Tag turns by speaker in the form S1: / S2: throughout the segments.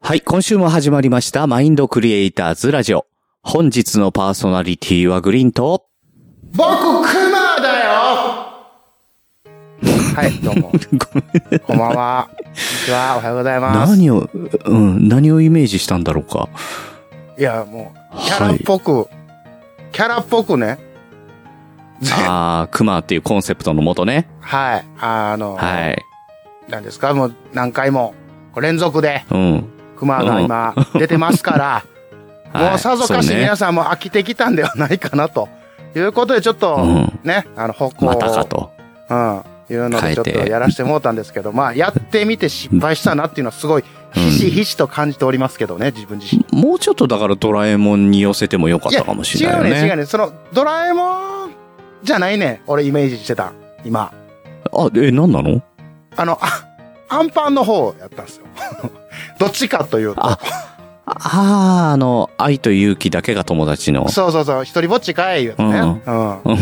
S1: はい、今週も始まりました、マインドクリエイターズラジオ。本日のパーソナリティはグリーンと、
S2: 僕、クマだよはい、ど うも。こんばんは。こんにちは、おはようございます。
S1: 何を、うん、何をイメージしたんだろうか。
S2: いや、もう、キャラっぽく、キャラっぽくね。ぜ
S1: ああ、熊っていうコンセプトのもとね。
S2: はい、あの、
S1: はい。
S2: 何ですか、もう何回も、これ連続で、
S1: うん。
S2: クマが今、出てますから、
S1: はい
S2: もうさぞかし
S1: そうね
S2: 皆さんも飽きてきたんではないかなと。いうことで、ちょっと、
S1: うん
S2: ね、あの、方向を、
S1: またかと。
S2: うん、いうのでちょっと
S1: 変えて
S2: やらしてもうたんですけど、まあ、やってみて失敗したなっていうのはすごい、ひしひしと感じておりますけどね、自分自身。
S1: もうちょっとだからドラえもんに寄せてもよかったかもしれないよね。
S2: 違うね、違うね。その、ドラえもんじゃないね。俺イメージしてた。今。
S1: あ、え、何なの
S2: あの、あ、アンパンの方やったんですよ。 どっちかというと。
S1: あああ、あの、愛と勇気だけが友達の。
S2: そうそうそう、一人ぼっちかい、言うやつね。
S1: う
S2: うんん。あ
S1: うん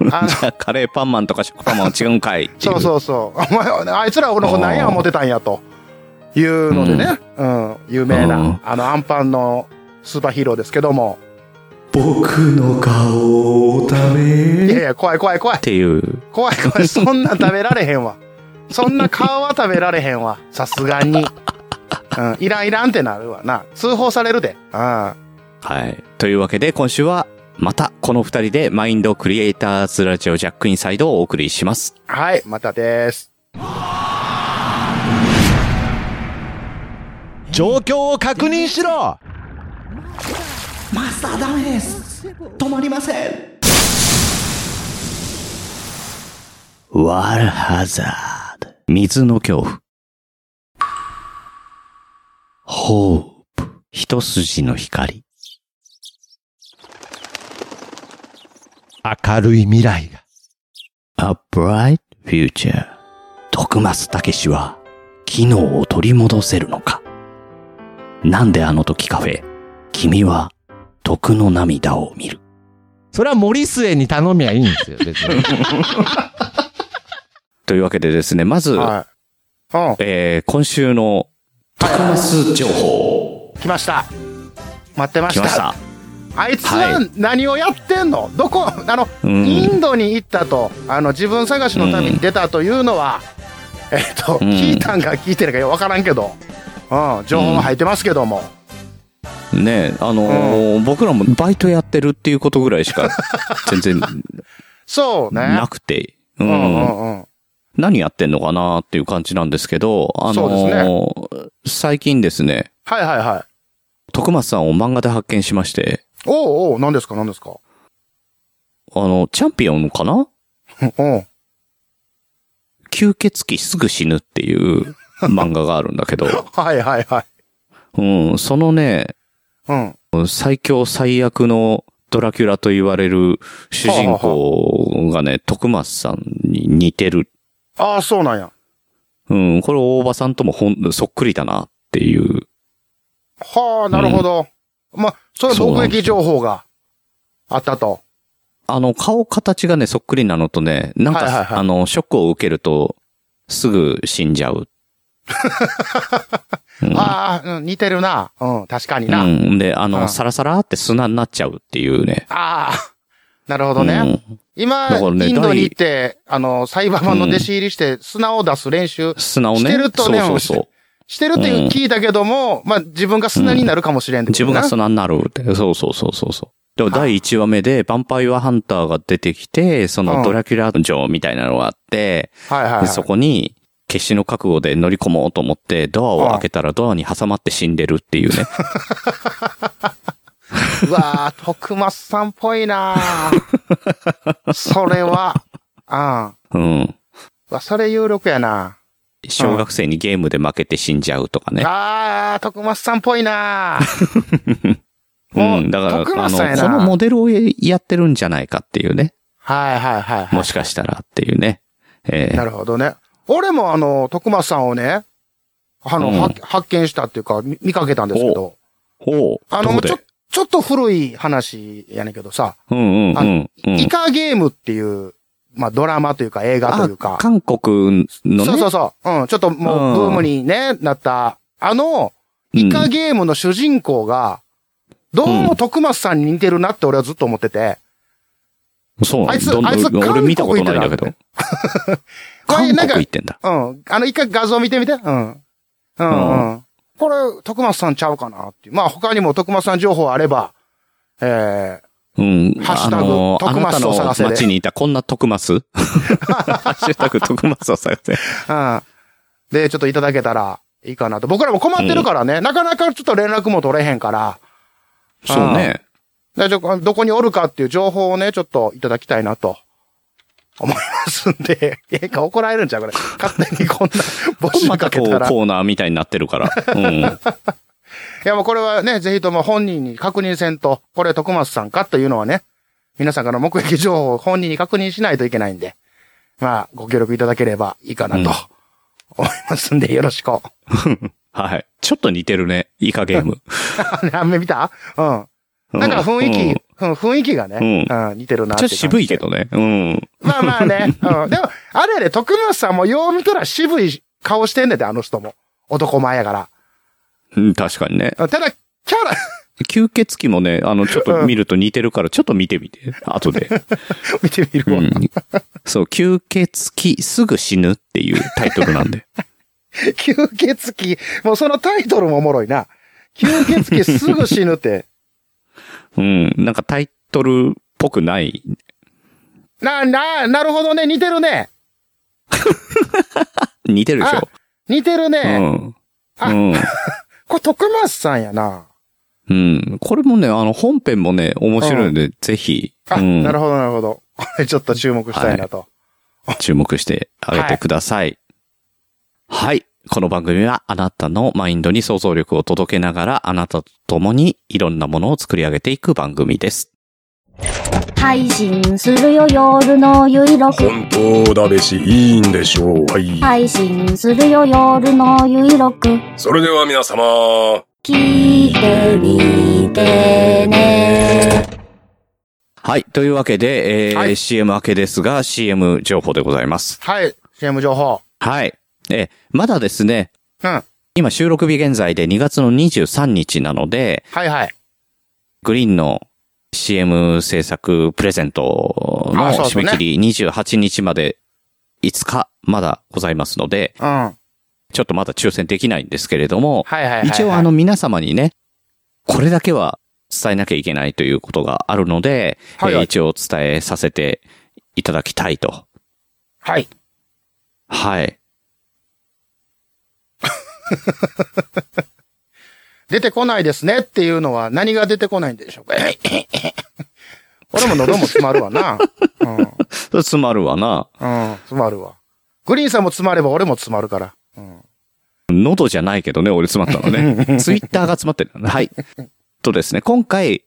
S2: の、
S1: じゃあカレーパンマンとか食パンマンは違うんかいってい
S2: そう
S1: う。
S2: そうそう。お前、あいつら俺のこと何や思ってたんや、というのでね、うん、有名な、
S1: うん
S2: あの、アンパンのスーパーヒーローですけども、
S1: 僕の顔を食
S2: い
S1: べ
S2: やい
S1: っ
S2: や、怖い怖い怖い。
S1: ていう。
S2: 怖い怖い。そんなん食べられへんわ。そんな顔は食べられへんわ。さすがに。うん、いらんいらんってなるわな。通報されるで。あ
S1: はい。というわけで今週はまたこの二人でマインドクリエイターズラジオジャックインサイドをお送りします。
S2: あはい、またです。
S3: 状況を確認しろ
S1: ワールハザード。水の恐怖。ホープ。一筋の光。
S3: 明るい未来が
S1: A bright future. 徳松武氏は、機能を取り戻せるのかなんであの時カフェ、君は、徳の涙を見る。
S3: それは森末に頼みゃいいんですよ、別に。
S1: というわけでですね、まず、
S2: はい。う
S1: えー、今週の、徳松情報、
S2: ん、来ました。待ってまし
S1: 来
S2: た。
S1: ました。
S2: あいつ
S1: は
S2: は何をやってんの、どこ、あの、
S1: うん
S2: インドに行ったと、あの、自分探しのために出たというのは、えっと、
S1: うん
S2: 聞いたんか聞いてるかよくわからんけど、うん、情報が入ってますけども。
S1: ねえ、あのー僕らもバイトやってるっていうことぐらいし か、全然、
S2: そうね
S1: な。くて、う。
S2: うんうんんうん。
S1: 何やってんのかなっていう感じなんですけど、あ
S2: そ
S1: の
S2: うです
S1: ー最近ですね、
S2: はいはいはい。
S1: 徳松さんを漫画で発見しまして、
S2: おうおう、何ですか何ですか
S1: あの、チャンピオンかな
S2: うん。
S1: 吸血鬼すぐ死ぬっていう漫画があるんだ けど、
S2: はいはいはい。
S1: うん、そのね、
S2: うん。
S1: 最強最悪のドラキュラと言われる主人公がね、徳松さんに似てる。
S2: ああ、そうなんや。
S1: うん、これ大場さんともほん、そっくりだなっていう。
S2: はあ、なるほど。まあ、それ
S1: そう
S2: 目
S1: なんです
S2: 撃情報があったと。
S1: あの、顔形がね、そっくりなのとね、なんか、
S2: はいはいはい
S1: あの、ショックを受けると、すぐ死んじゃう。うん
S2: ああ、うん似てるな。うん、確かにな。
S1: う
S2: あ
S1: ん。で、あの、
S2: うん
S1: サラサラって砂になっちゃうっていうね。
S2: あ、なるほどね。
S1: うん
S2: 今、
S1: だからね
S2: インドに行って、あの、サイバーマンの弟子入りして、砂を出す練習
S1: 砂をね。
S2: してるとね
S1: そうそうそう。
S2: してるっていう聞いたけども、まあ、自分が砂になるかもしれんってこと
S1: 自分が
S2: な
S1: 砂になるって。そうそうそうそうそう。でも第1話目で、ヴァンパイアハンターが出てきて、そうの
S2: ん
S1: ドラキュラ城みたいなのがあって、
S2: はいはい、は
S1: で
S2: い。
S1: そこに、決死の覚悟で乗り込もうと思って、ドアを開けたらドアに挟まって死んでるっていう ね。
S2: うわー、徳松さんっぽいな ーそれは、あ
S1: う
S2: ん。
S1: ん。
S2: うわ、それ有力やな。
S1: 小学生にゲームで負けて死んじゃうとかね。
S2: あー、徳松さんっぽいな
S1: う
S2: も
S1: ん。だから、
S2: 徳
S1: あ
S2: 松
S1: の、
S2: さんやな
S1: このモデルをやってるんじゃないかっていうね。
S2: はいはいはい、は
S1: もしかしたらっていうね。え
S2: い。
S1: え
S2: なるほどね。俺もあの、徳松さんをね、あの、
S1: うん
S2: は発見したっていうか、み見かけたんですけど、
S1: ほう。
S2: あ
S1: どこ
S2: の、
S1: で
S2: ちょ、ちょっと古い話やねんけどさ、
S1: うんうんう
S2: あ
S1: ん。うん
S2: イカゲームっていう、まあドラマというか映画という
S1: あ
S2: か、
S1: 韓国のね。
S2: そうそうそう、うん、ちょっともう
S1: うん
S2: ブームにね、なった、あの、イカゲームの主人公が、どうも徳松さんに似てるなって俺はずっと思ってて、
S1: そうな
S2: あい
S1: ん
S2: つ
S1: どん
S2: あいつ
S1: どん、俺
S2: 韓
S1: 見たこと
S2: 国行って
S1: ないん
S2: た
S1: だけど。
S2: これ
S1: 韓
S2: な
S1: 国
S2: んか
S1: 行ってんだ。
S2: うん。あの、一回画像見てみて。うん。うん、うん。これ、徳松さんちゃうかなっていう。まあ、他にも徳松さん情報あれば、え
S1: うん。
S2: ハッシュタグ
S1: あのー
S2: 徳松を探せで
S1: あなたの街にいたこんな徳マス ハッシュタグ徳マスを探せ。
S2: ー、うん。で、ちょっといただけたらいいかなと。僕らも困ってるからね、なかなかちょっと連絡も取れへんから、
S1: そうね。
S2: でちょどこにおるかっていう情報をね、ちょっといただきたいなと。思いますんで、 ええか怒られるんちゃうこれ。勝手に こんな募集
S1: また
S2: かけ
S1: こ
S2: た
S1: う
S2: ら。い
S1: コーナーみたいになってるから。 うん。
S2: やもうこれはね、ぜひとも本人に確認せんと、これ徳松さんかというのはね、皆さんからの目撃情報を本人に確認しないといけないんで、まあ、ご協力いただければいいかなと、思いますんで、よろしく。
S1: はい。ちょっと似てるね。イカゲーム。
S2: あ、目見たうん。
S1: うん
S2: なんか雰囲気、
S1: うん
S2: うん雰囲気がね、うん、似てるなっ
S1: ちょ
S2: て
S1: っと渋いけどね。うん。
S2: まあまあね。うん。でも、あれやで、徳松さんもよう見たら渋い顔してんねんで、あの人も。男前やから
S1: うん、確かにね。
S2: うん。ただ、キャラ
S1: 吸血鬼もね、あの、ちょっと見ると似てるから、ちょっと見てみて。後 で。
S2: 見てみるわ。
S1: うんそう、吸血鬼すぐ死ぬっていうタイトルなんで。
S2: 吸血鬼。もうそのタイトルもおもろいな。吸血鬼すぐ死ぬって。
S1: うん。なんかタイトルっぽくない。
S2: な、な、なるほどね。似てるね。
S1: 似てるでしょ
S2: あ似てる
S1: う
S2: ね。
S1: ん。
S2: あ
S1: うん。
S2: これ徳松さんやな。
S1: うん。これもね、あの、本編もね、面白いので、ぜひ、
S2: あ、
S1: うん
S2: なるほど、なるほど。これちょっと注目したいなと。
S1: 注目してあげてください。はい、この番組はあなたのマインドに想像力を届けながら、あなたと共にいろんなものを作り上げていく番組です。
S4: 配信するよ夜のゆいろく
S5: 本当だべし、いいんでしょう。はい。
S4: 配信するよ夜のゆいろく
S5: それでは皆様。
S4: 聞いてみてね
S1: はい。というわけで、えー
S2: はい
S1: CM 明けですが、CM 情報でございます。
S2: はい。CM 情報。
S1: はい。えーまだですね、
S2: うん。は
S1: 今収録日現在で2月の23日なので、
S2: いはい。
S1: グリーンの CM 制作プレゼントの
S2: あそうです
S1: 締
S2: ね
S1: め切り28日まで5日まだございますので、
S2: うん。はい
S1: ちょっとまだ抽選できないんですけれども、
S2: はいはいはい。
S1: 一応あの皆様にね、これだけは伝えなきゃいけないということがあるので、
S2: はいはい
S1: えー一応伝えさせていただきたいと。
S2: はい。
S1: はい。
S2: 出てこないですねっていうのは何が出てこないんで しょうか俺も喉も詰まるわな。うん。うん。
S1: つまるわな。
S2: 詰まるわ。グリーンさんも詰まれば俺も詰まるから。うん。
S1: 喉じゃないけどね、俺詰まったの ね。ツイッターが詰まってる。はい。とですね、今回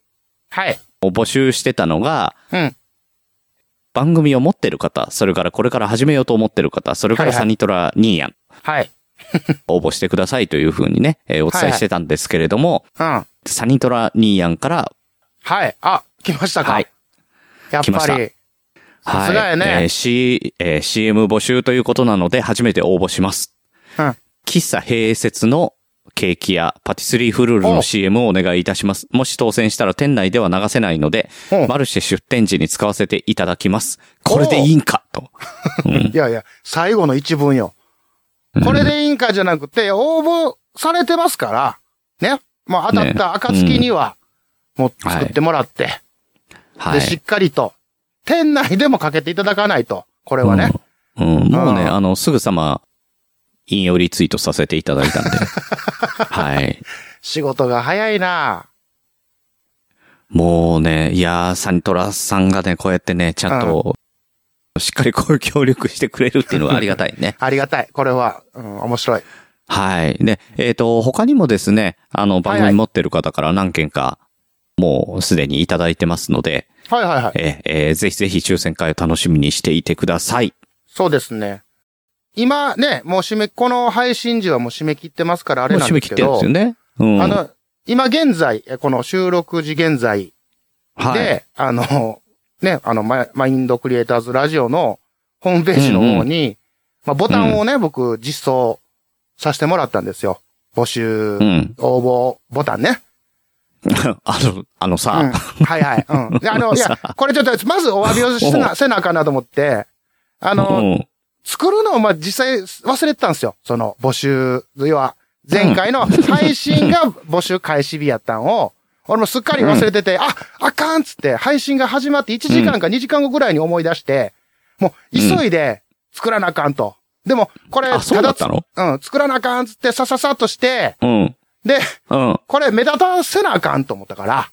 S2: はい。
S1: 募集してたのが、
S2: うん。
S1: 番組を持ってる方、それからこれから始めようと思ってる方、それから
S2: はいはい
S1: サニトラニーヤン、
S2: はい。
S1: 応募してくださいというふうにね、えーお伝えしてたんですけれども、
S2: うん。
S1: サニトラニーヤンから、
S2: はい。あ、来ましたか。
S1: はい。
S2: やっ
S1: 来ま
S2: ぱ
S1: した
S2: り。さ
S1: は
S2: す
S1: い。
S2: がやね
S1: えー C えー CM 募集ということなので、初めて応募します。
S2: うん。
S1: 喫茶併設のケーキ屋、パティスリーフルール
S2: お
S1: の CM をお願いいたします。もし当選したら店内では流せないので
S2: お、
S1: マルシェ出店時に使わせていただきます。これでいいんかと。
S2: いやいや、最後の一文よ。これでいいんかじゃなくて、応募されてますから、ね。もう当たった暁には、もう作ってもらって、
S1: は
S2: で、しっかりと、店内でもかけていただかないと。これはね。
S1: うん、もうね、
S2: うん
S1: あの、すぐさま、引用リツイートさせていただいたんで。はい。
S2: 仕事が早いな
S1: もうね、いやー、サニトラさんがね、こうやってね、ちゃんと、しっかりこういう協力してくれるっていうのはありがたいね
S2: 。ありがたい。これは、うん、面白い。
S1: はい。で、えっ、と、他にもですね、あの、番組持ってる方から何件か、もうすでにいただいてますので、
S2: はいはいはい。
S1: ええーぜひぜひ抽選会を楽しみにしていてください。
S2: そうですね。今ね、もう締め、この配信時はもう締め切ってますから、あれ
S1: もう
S2: なん
S1: 締
S2: で
S1: め
S2: す
S1: 切
S2: け
S1: ってるん
S2: ど、
S1: ですよね。うん。
S2: あの、今現在、えこの収録時現在で、
S1: はい、
S2: あの、ね、あのマイ、マインドクリエイターズラジオのホームページの方に、まあ、ボタンをね、僕実装させてもらったんですよ。募集、
S1: うん。
S2: 応募ボタンね。
S1: あの、あの
S2: うん。
S1: さ、
S2: はいはい。うん。であの、いや、これちょっと、まずお詫びをせな、せなあかんなと思って、あ
S1: う
S2: の、
S1: ん
S2: 作るのを、まあ、実際忘れてたんですよ。その、募集、要は、前回の配信が 募集開始日やったんを、俺もすっかり忘れてて、あ、あかんっつって、配信が始まって1時間か2時間後ぐらいに思い出して、もう、急いで作らなあかんと。でも、これ、
S1: あ、そうだったの
S2: ただつうん、作らなあかんっつって、さささっとして、
S1: うん。
S2: で、
S1: うん。
S2: これ目立たせなあかんと思ったから、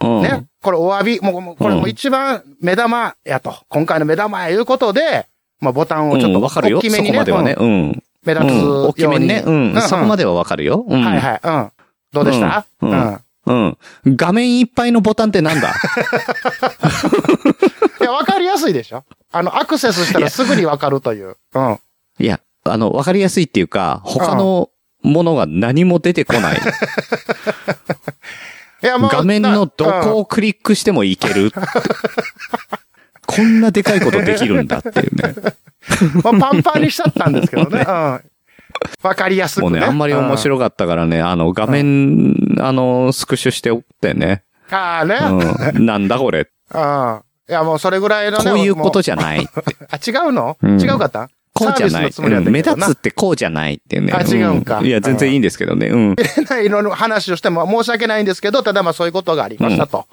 S1: うん。
S2: ね、これお詫び、もうもう、これもう一番目玉やと、今回の目玉やいうことで、まあボタンをちょっ
S1: う
S2: と
S1: ん、わかるよ。
S2: 大きめ
S1: そ
S2: に
S1: こ
S2: ね、
S1: まではね。
S2: うん
S1: うん。
S2: 目立つ
S1: うん
S2: ように。
S1: 大きめにね。うん。そこま
S2: で。
S1: ではわかるよ。うん。
S2: はいはい、うん。どうでした
S1: う
S2: うんん。い
S1: うん。画面いっぱいのボタンってなん だ
S2: や、わかりやすいでしょあの、アクセスしたらすぐにわかるという。うん。
S1: いや、あの、わかりやすいっていうか、他のものが何も出てこ ない。
S2: いや、もう。
S1: 画面のど
S2: な
S1: こをクリックしてもいけるって。 こんなでかいことできるんだっていう ね。
S2: うんまあパンパンにしちゃったんですけど ね。うん。わかりやすく
S1: もうね、
S2: ね。
S1: あんまり面白かったからね、あの、画面、あの、スクショしておってね。
S2: い。ああね。うん。い
S1: うん。なんだこ れ。
S2: や、もうそれぐらいのね。
S1: こういうこと
S2: も
S1: じゃない。
S2: あ、違うの
S1: うん
S2: 違うかった
S1: こうじゃない。
S2: サービスのつもりだ
S1: う
S2: っ
S1: ん
S2: た
S1: 目
S2: けど
S1: 立
S2: な
S1: つってこうじゃないっていうね。
S2: あ違うんか
S1: いや、全然いいんですけどね。うん。
S2: いろいろ話をしても申し訳ないんですけど、ただまあそういうことがありましたと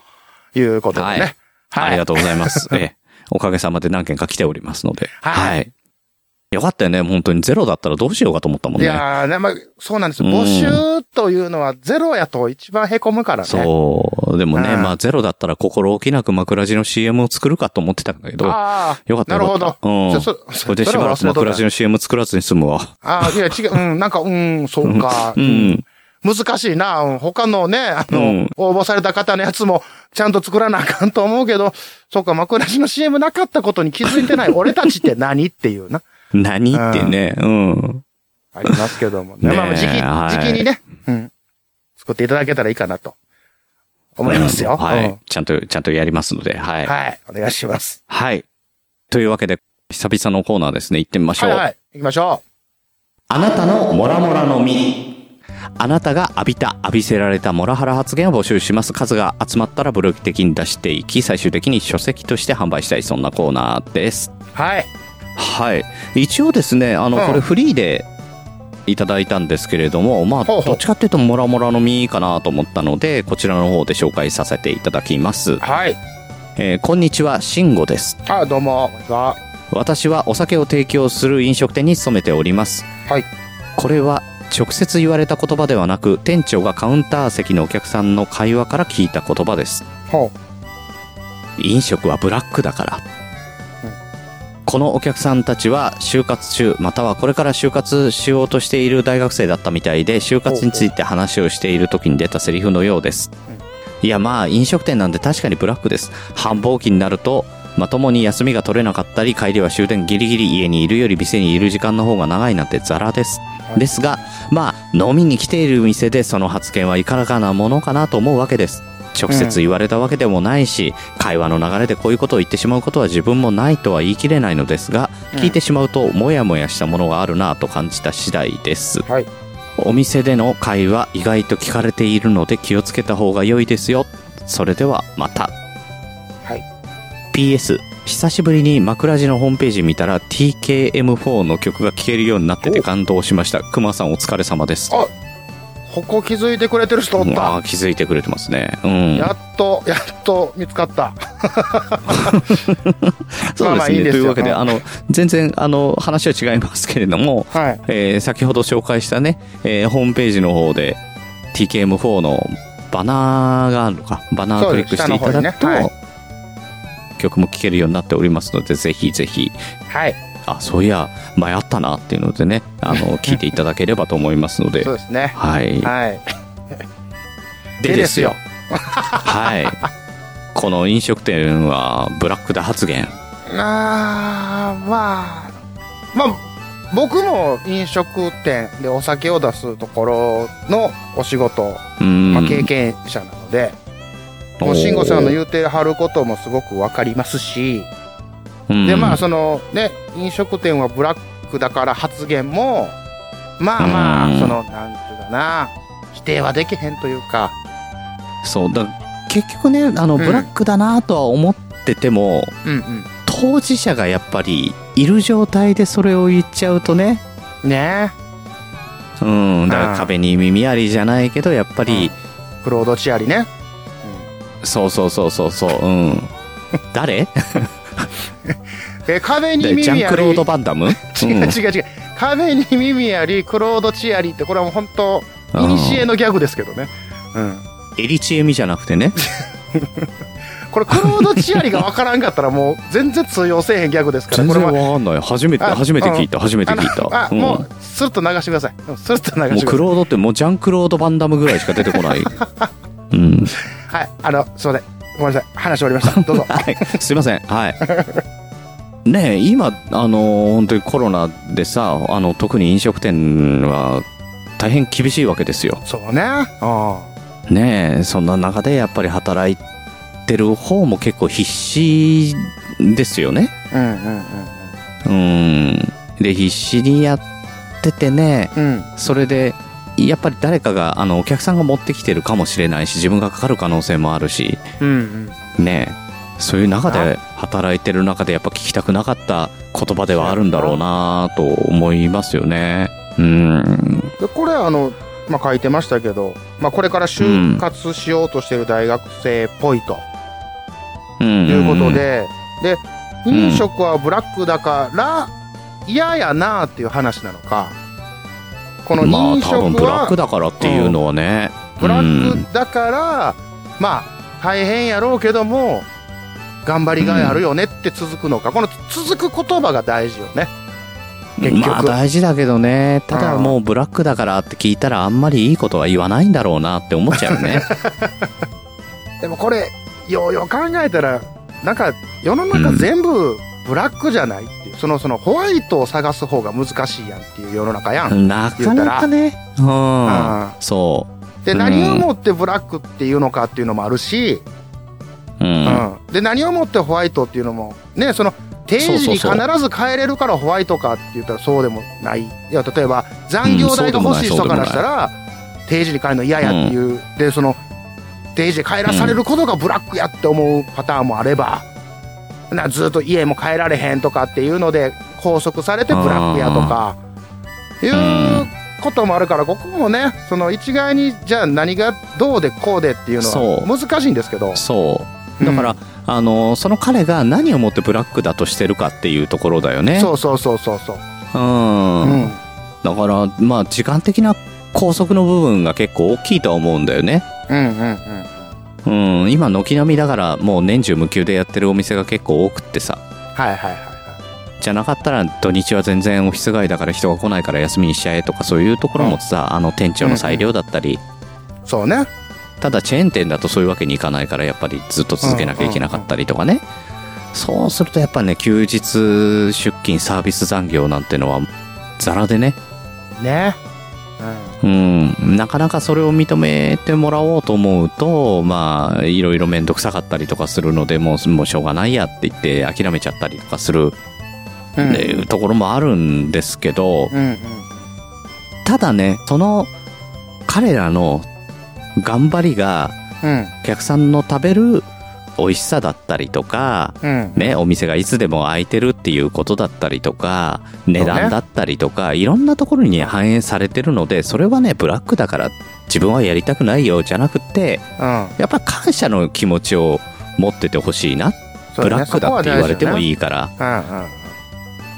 S2: いうことで
S1: はい
S2: ね。はい
S1: ありがとうござい ます。ええ。おかげさまで何件か来ておりますので。
S2: はい
S1: い。よかったよね。本当にゼロだったらどうしようかと思ったもん
S2: い
S1: ね。
S2: やーね、まあ、そうなんですよ。
S1: うん
S2: 募集というのはゼロやと一番凹むからね。
S1: そう。でもね、
S2: うん
S1: まあゼロだったら心置きなく枕地の CM を作るかと思ってたんだけど。
S2: ああ。
S1: よかった
S2: なる
S1: よ
S2: ほ
S1: かっ
S2: ど。
S1: た。
S2: じ
S1: う
S2: ゃあ
S1: ん。
S2: そ
S1: それでしばらく
S2: それは忘れとった
S1: 枕地の CM 作らずに済むわ。
S2: ああ、いや、違う。うん、なんか、うん、そうか。
S1: うん。
S2: 難しいな。うん他のね、あの、
S1: うん
S2: 応募された方のやつも、ちゃんと作らなあかんと思うけど、そうか、枕地の CM なかったことに気づいてない。俺たちって何っていうな。
S1: 何ってね。うん。
S2: ありますけどもね。
S1: ねえ
S2: まあまあ、時期、
S1: はい
S2: 時期にね、うん。作っていただけたらいいかなと。思いますよ。
S1: うんは
S2: うん
S1: い。ちゃんと、ちゃんとやりますので。はい。
S2: はい。お願いします。
S1: はい。というわけで、久々のコーナーですね。行ってみましょ
S2: は
S1: う。
S2: いはい。行きましょ
S1: あなたのモラモラの実。あなたが浴びた、浴びせられたモラハラ発言を募集します。数が集まったらブログ的に出していき、最終的に書籍として販売したい、そんなコーナーです。
S2: う。はい。
S1: はい。一応ですね、あの、
S2: うん
S1: これフリーでいただいたんですけれども、まあ、
S2: ほうほう
S1: どっちかっていうとモラモラの実かなと思ったので、こちらの方で紹介させていただきます。
S2: はい。
S1: えーこんにちは、慎吾です。
S2: あ、どうも。こんにちは。
S1: 私はお酒を提供する飲食店に勤めております
S2: はい
S1: これは直接言われた言葉ではなく店長がカウンター席のお客さんの会話から聞いた言葉です
S2: ほ
S1: 飲食はブラックだから、
S2: うん
S1: このお客さんたちは就活中またはこれから就活しようとしている大学生だったみたいで就活について話をしている時に出たセリフのようです、いやまあ飲食店なんで確かにブラックです繁忙期になるとまともに休みが取れなかったり帰りは終電ギリギリ家にいるより店にいる時間の方が長いなんてザラです
S2: い
S1: ですがまあ飲みに来ている店でその発言はいかがなものかなと思うわけです直接言われたわけでもないし、会話の流れでこういうことを言ってしまうことは自分もないとは言い切れないのですが、
S2: うん
S1: 聞いてしまうとモヤモヤしたものがあるなぁと感じた次第です、
S2: はい
S1: お店での会話意外と聞かれているので気をつけた方が良いですよそれではまた
S2: はい
S1: PS 久しぶりに枕地のホームページ見たら TKM4 の曲が聴けるようになってて感動しました熊さんお疲れ様です
S2: あここ気づいてくれてる人おっ
S1: あ
S2: た。
S1: ー気づいてくれてますねうん
S2: やっと、やっと見つかった。
S1: そう
S2: ま
S1: で
S2: あますあい
S1: ね。
S2: いで
S1: と
S2: すよ
S1: いうわけで、
S2: うん
S1: あの、全然、あの、話は違いますけれども、
S2: はい。
S1: えー先ほど紹介したね、えーホームページの方で、TKM4 のバナーがあるのか、バナーをクリックしていただくと、
S2: そうです下の方に
S1: 曲も聴けるようになっておりますので、ぜひぜひ、
S2: はい。
S1: あ、そういや、前あったなっていうのでね、あ の、聴いていただければと思いますので
S2: そ、うですね。
S1: はい。
S2: はい。
S1: でですよ。はい。この飲食店はブラックだ発言。
S2: あーまあ、まあ、僕も飲食店でお酒を出すところのお仕事、
S1: うん。
S2: まあ、経験者なので、もう慎吾さんの言うてはることもすごくわかりますし、
S1: うん
S2: で、まあ、そのね、飲食店はブラックだから発言も、まあまあ、
S1: うん
S2: その、なんていうかな、否定はできへんというか、
S1: そうだ結局ねあの、
S2: ん
S1: ブラックだなとは思ってても
S2: うん
S1: 当事者がやっぱりいる状態でそれを言っちゃうとね
S2: うん。ね
S1: うんだか
S2: うん
S1: ら壁に耳ありじゃないけどやっぱり、
S2: え、クロードチアリね。
S1: そうそうそうそうそううん 誰
S2: え、壁に
S1: ジ
S2: 耳
S1: ャン
S2: あ
S1: クロー
S2: り
S1: ド・、バンダム
S2: 違
S1: う
S2: う
S1: ん
S2: 違う違う、壁に耳あり、クロードチアリって、これはもう本当、
S1: うん
S2: いにしえのギャグですけどね。うん。
S1: エリチエミじゃなくてね
S2: これ、クロードチアリがわからんかったら、もう全然通用せえへんギャグですから、
S1: 全
S2: これ
S1: 然
S2: は
S1: わかんない初めて
S2: あ
S1: 初めて聞いた初めて
S2: あの
S1: 聞いた
S2: あ、
S1: うん
S2: もう、スルッと流してください。うんスルッと流
S1: も
S2: し
S1: う
S2: て
S1: ク
S2: くだ
S1: ロードってもうジャンクロード・バンダムぐらいしか出てこ ないうん。
S2: さい。はい。あの、すいません。ごめんなさい。話終わりました。どうぞ
S1: はい、すいません。はい。ねえ、今、あの本当にコロナでさ、あの、特に飲食店は大変厳しいわけですよ。
S2: そうね。うん。
S1: ねえ、そんな中でやっぱり働いてる方も結構必死ですよね。
S2: うん
S1: う
S2: うん
S1: ん。で、必死にやっててね、
S2: うんうん。
S1: それで、やっぱり誰かが、あの、お客さんが持ってきてるかもしれないし、自分がかかる可能性もあるし、
S2: うんうん。
S1: ねえそういう中で働いてる中でやっぱ聞きたくなかった言葉ではあるんだろうなと思いますよねうん
S2: でこれあの、まあ、書いてましたけど、まあ、これから就活しようとしてる大学生っぽいと
S1: うん
S2: いうことで、で
S1: うん
S2: 飲食はブラックだから嫌やなっていう話なのかこの
S1: まあ
S2: 飲
S1: 多分
S2: 食
S1: ブラッ
S2: は
S1: クだからっていうのはね
S2: ブラ
S1: う
S2: ッ
S1: ん
S2: クだから、まあ大変やろうけども頑張りがいあるよねって続くのか、この続く言葉が大事よね結局
S1: まあ大事だけどねただもうブラックだからって聞いたらあんまりいいことは言わないんだろうなって思っ ちゃうね
S2: でもこれようよう考えたらなんか世の中全部ブラックじゃないっていう、そのそのホワイトを探す方が難しいやんっていう世の中やん。
S1: なかなかねうん
S2: あ
S1: そ
S2: ーで
S1: うん
S2: 何をもってブラックっていうのかっていうのもあるし、
S1: うう
S2: うんんで何をもってホワイトっていうのもねその定時に必
S1: そうそう
S2: ず帰れるからホワイトかって言ったらそうでもないいや例えば残業代が欲しい人からしたら定時に帰るの嫌やっていう、でその定時で帰らされることがブラックやって思うパターンもあれば、なずっと家も帰られへんとかっていうので拘束されてブラックやとかいうこともあるからここもねその一概にじゃあ何がどうでこうでっていうのは
S1: そ
S2: 難しいんですけど。
S1: そうだから、
S2: う
S1: あのその彼が何をもってブラックだとしてるかっていうところだよね
S2: そうそうそうそうそう。
S1: うん、
S2: うん
S1: だからまあ時間的な拘束の部分が結構大きいとは思うんだよね
S2: うんうんうん。
S1: うん今軒並みだからもう年中無休でやってるお店が結構多くってさ
S2: はいはいはいは
S1: じゃなかったら土日は全然オフィス街だから人が来ないから休みにしちゃえとかそういうところもさ、あの店長の裁量だったり、
S2: い。そうね。
S1: ただチェーン店だとそういうわけにいかないからやっぱりずっと続けなきゃいけなかったりとかね、そうするとやっぱね休日出勤サービス残業なんてのはザラでね
S2: ね。
S1: うん、なかなかそれを認めてもらおうと思うと、まあ、いろいろ面倒くさかったりとかするので、もう、もうしょうがないやって言って諦めちゃったりとかする、
S2: うん。
S1: っていうところもあるんですけど、
S2: うんうん。
S1: ただね、その、彼らの頑張りが、
S2: うん
S1: お客さんの食べる美味しさだったりとか、
S2: うん。
S1: ね、お店がいつでも開いてるっていうことだったりとか、値段だったりとか、いろんなところに反映されてるので、それはね、ブラックだから自分はやりたくないよじゃなくて、
S2: うん。
S1: やっぱ感謝の気持ちを持っててほしいな。
S2: そうね
S1: ブラックだって言われても
S2: い。
S1: いいから。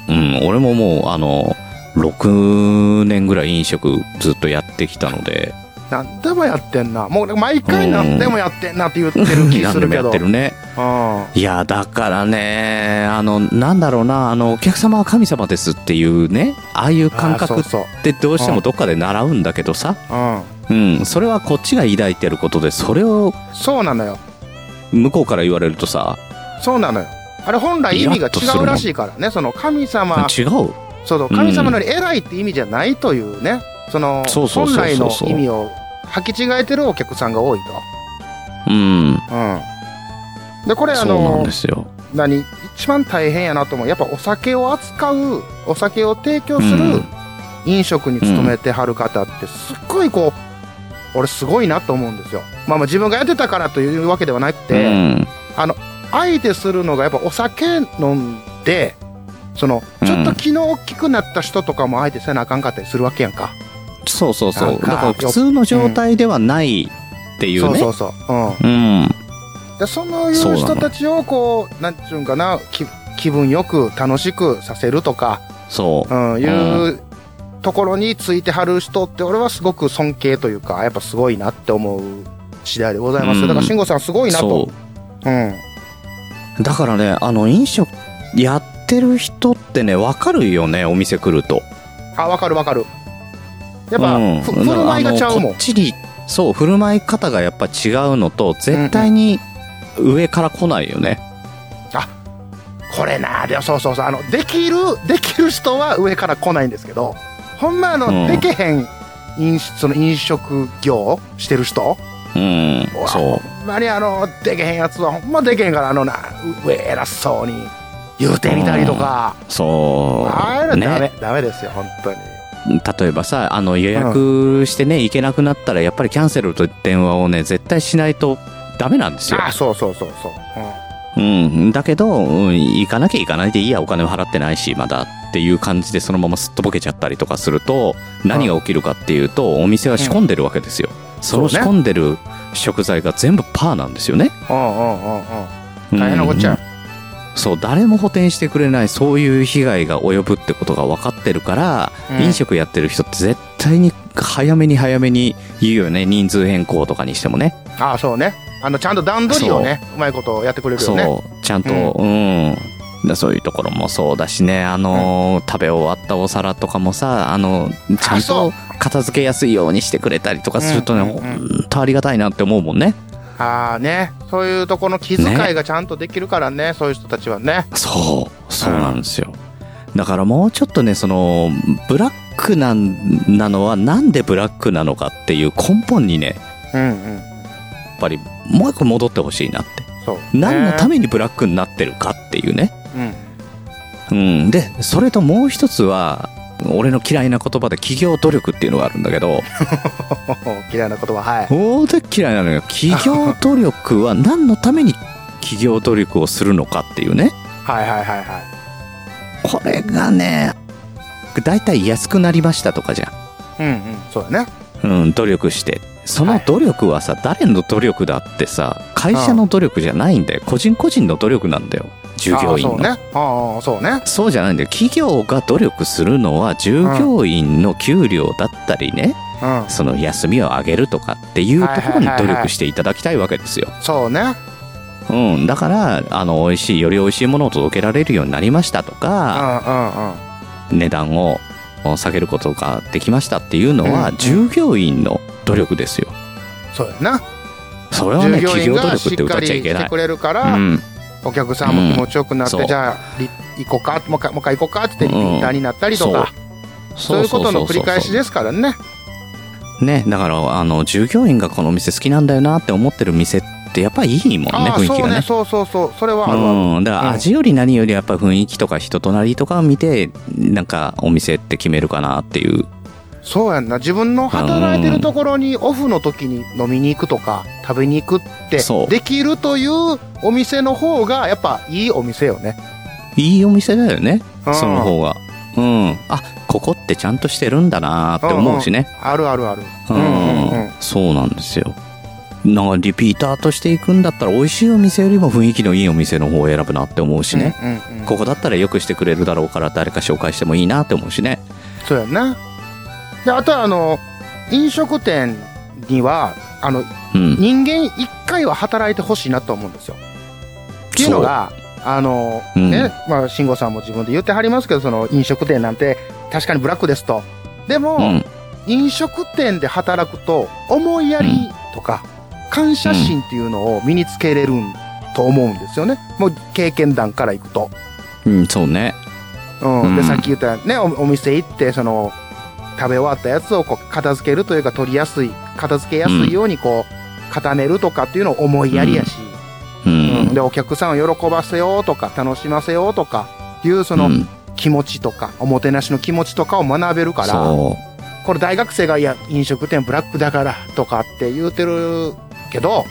S2: うんうん。
S1: うん、俺ももう、あの、6年ぐらい飲食ずっとやってきたので、
S2: 何でもやってんな。もう毎回何でもやってんなって言ってる気す
S1: 何で
S2: る
S1: も
S2: け
S1: や
S2: ど。
S1: ってるね。
S2: う
S1: い
S2: ん。
S1: や、だからね、あの、なんだろうな、あの、お客様は神様ですっていうね、ああいう感
S2: あ
S1: 覚
S2: ー
S1: っ
S2: そうそう。
S1: ってどうしてもどっかで習うんだけどさ、
S2: うん。
S1: うん、それはこっちが抱いてることでそれを
S2: そうなのよ。
S1: 向こうから言われるとさ
S2: そうなのよ。あれ本来意味が違うらしいからね。その神様、
S1: 違う
S2: そうそう、神様より偉いって意味じゃないというね。その、
S1: そうそう
S2: 本
S1: そう
S2: 来
S1: そう
S2: の
S1: そう
S2: 意味を履き違えてるお客さんが多いと。
S1: うん
S2: うん。で、これあ
S1: そうなん
S2: の
S1: で、すよ
S2: 何、一番大変やなと思う。やっぱお酒を扱う、お酒を提供す
S1: う
S2: る
S1: ん
S2: 飲食に勤めてはる方ってすっごいこう俺すごいなと思うんですよまあまあ自分がやってたからというわけではなく
S1: う
S2: て、
S1: ん。
S2: 相手するのがやっぱお酒飲んでそのちょっと気の大きくなった人とかも相手せなあかんかったりするわけやんか、
S1: そうそうそ
S2: なん
S1: う。
S2: か
S1: だから普通の状態ではないっていう
S2: そうそ
S1: ね。
S2: うそううん
S1: うん。
S2: でそのい
S1: そう
S2: う
S1: なの
S2: 人たちをこうなんていうんかなき気分よく楽しくさせるとか、
S1: そう
S2: う。ん、いうところについてはる人って俺はすごく尊敬というかやっぱすごいなって思う次第でございます、
S1: うん
S2: だから慎吾さんすごいなと、
S1: そう
S2: ん、
S1: う。だからね、あの、飲食やってる人ってね、わかるよね、お店来ると。
S2: あわかるわかるやっぱ、
S1: うん
S2: ふ振る舞いがちゃうも
S1: あの
S2: ん
S1: こっちにそう振る舞い方がやっぱ違うのと絶対に上から来ないよね、
S2: これなでそうそうそうあのできるできる人は上から来ないんですけどほんまあの、
S1: うん
S2: でけへん飲その飲食業してる人、
S1: うん、
S2: うわ
S1: そ
S2: ほんまにあのでけへんやつはほんまでけへんからあのなう上偉そうに言うてみたりとか、
S1: うそ
S2: あ
S1: う
S2: れはダメ、
S1: ね
S2: ダメですよ本当に
S1: 例えばさあの予約してね行けなくなったらやっぱりキャンセルと電話をね絶対しないとダメなんですよ
S2: あ、そうそうそうそう、
S1: うん、だけど、うん、行かなきゃ行かないでいいやお金を払ってないしまだっていう感じでそのまますっとぼけちゃったりとかすると何が起きるかっていうとお店は仕込んでるわけですよ、その仕
S2: そうね
S1: 込んでる食材が全部パーなんですよね
S2: うん、うんうんうんうん大変なこっちゃ、
S1: そう誰も補填してくれないそういう被害が及ぶってことが分かってるから、
S2: うん
S1: 飲食やってる人って絶対に早めに早めに言うよね人数変更とかにしてもね
S2: ああそうねあのちゃんと段取りをねうまいことやってくれるよね
S1: そうちゃんとうん、だそういうところもそうだしねあのー、食べ終わったお皿とかもさあのちゃん
S2: あそ
S1: と片付けやすいようにしてくれたりとかするとね、
S2: うんうんうん
S1: ほんとありがたいなって思うもんね
S2: ああねそういうとこの気遣いがちゃんとできるからねそういう人たちはね
S1: そうそうなんですよ、だからもうちょっとねそのブラックなんなのはなんでブラックなのかっていう根本にね
S2: うんうん
S1: やっぱりもう一個戻ってほしいなって
S2: そう
S1: 何のた
S2: め、
S1: めにブラックになってるかっていうね
S2: うん、
S1: うん、でそれともう一つは俺の嫌いな言葉で企業努力っていうのがあるんだけど
S2: 嫌いなことははい
S1: 大手嫌いなのよ企業努力は何のために企業努力をするのかっていうね
S2: はいはいはいはい
S1: これがね大体安くなりましたとかじゃ
S2: うんうんそうだね
S1: ん、うん、努力してその努力はさ、誰の努力だってさ会社の努力じゃないんだよ個人個人の努力なんだよ従業員の
S2: ああそうねああそうね
S1: そうじゃないんだよ企業が努力するのは従業員の給料だったりね、
S2: うん
S1: その休みを上げるとかっていうところに努力していただきたいわけですよ。
S2: そうね
S1: うん、だからあの美味しいより美味しいものを届けられるようになりましたと
S2: うん
S1: か、
S2: うんうん
S1: 値段を下げることができましたっていうのは、
S2: うんうん
S1: 従業員の努力ですよ。
S2: そうやな。
S1: それはね
S2: 従業
S1: 企
S2: 員
S1: 業努
S2: が
S1: 力
S2: し
S1: って
S2: っ
S1: 歌
S2: か
S1: っ
S2: り
S1: ちゃい
S2: し
S1: けな
S2: て
S1: い
S2: く。れるか
S1: う
S2: ら、
S1: ん、
S2: お客さんも気持ちよくなって、
S1: うん
S2: じゃあリ行こうかもう一回もう一回行こうかって言って
S1: うん
S2: リターになったりとか、そういうことの繰り返しですからね。
S1: ねだからあの従業員がこの店好きなんだよなって思ってる店ってやっぱいいもんね
S2: ああ
S1: 雰囲
S2: そ
S1: 気
S2: う
S1: が
S2: ね
S1: ね。
S2: そうそうそうそれはあるわ
S1: うん、だから味より何よりやっぱ雰囲気とか人となりとかを見てなんかお店って決めるかなっていう
S2: そうやんな自分の働いてるところにオフの時に飲みに行くとか食べに行くって
S1: そう
S2: できるというお店の方がやっぱいいお店よね。
S1: いいお店だよね
S2: うん
S1: その方がうんあここってちゃんとしてるんだなって思うしね
S2: あるあるある。
S1: う
S2: うんうんうん
S1: んそうなんですよなんかリピーターとしていくんだったら美味しいお店よりも雰囲気のいいお店の方を選ぶなって思うしね、
S2: うんうんうん
S1: ここだったらよくしてくれるだろうから誰か紹介してもいいなって思うしね
S2: そうやんな。であとはあの飲食店にはあの
S1: うん
S2: 人間一回は働いてほしいなと思うんですよ。っていうのが、あの、
S1: うん
S2: ね、まあ、慎吾さんも自分で言ってはりますけど、その飲食店なんて確かにブラックですと。でも、
S1: うん
S2: 飲食店で働くと、思いやりとか、感謝心っていうのを身につけれるんと思うんですよね。もう経験談からいくと。
S1: うんそうね
S2: うん。
S1: う
S2: で、
S1: ん
S2: さっき言ったね、おお店行って、その、食べ終わったやつをこう片付けるというか、取りやすい、片付けやすいようにこう、固めるとかっていうのを思いやりやし、
S1: うん
S2: でお客さんを喜ばせようとか楽しませようとかいうその
S1: うん
S2: 気気持ちとか、おもてなしの気持ちとかを学べるから、
S1: そ。
S2: これ大学生が、いや、飲食店ブラックだからとかって言うてるけど、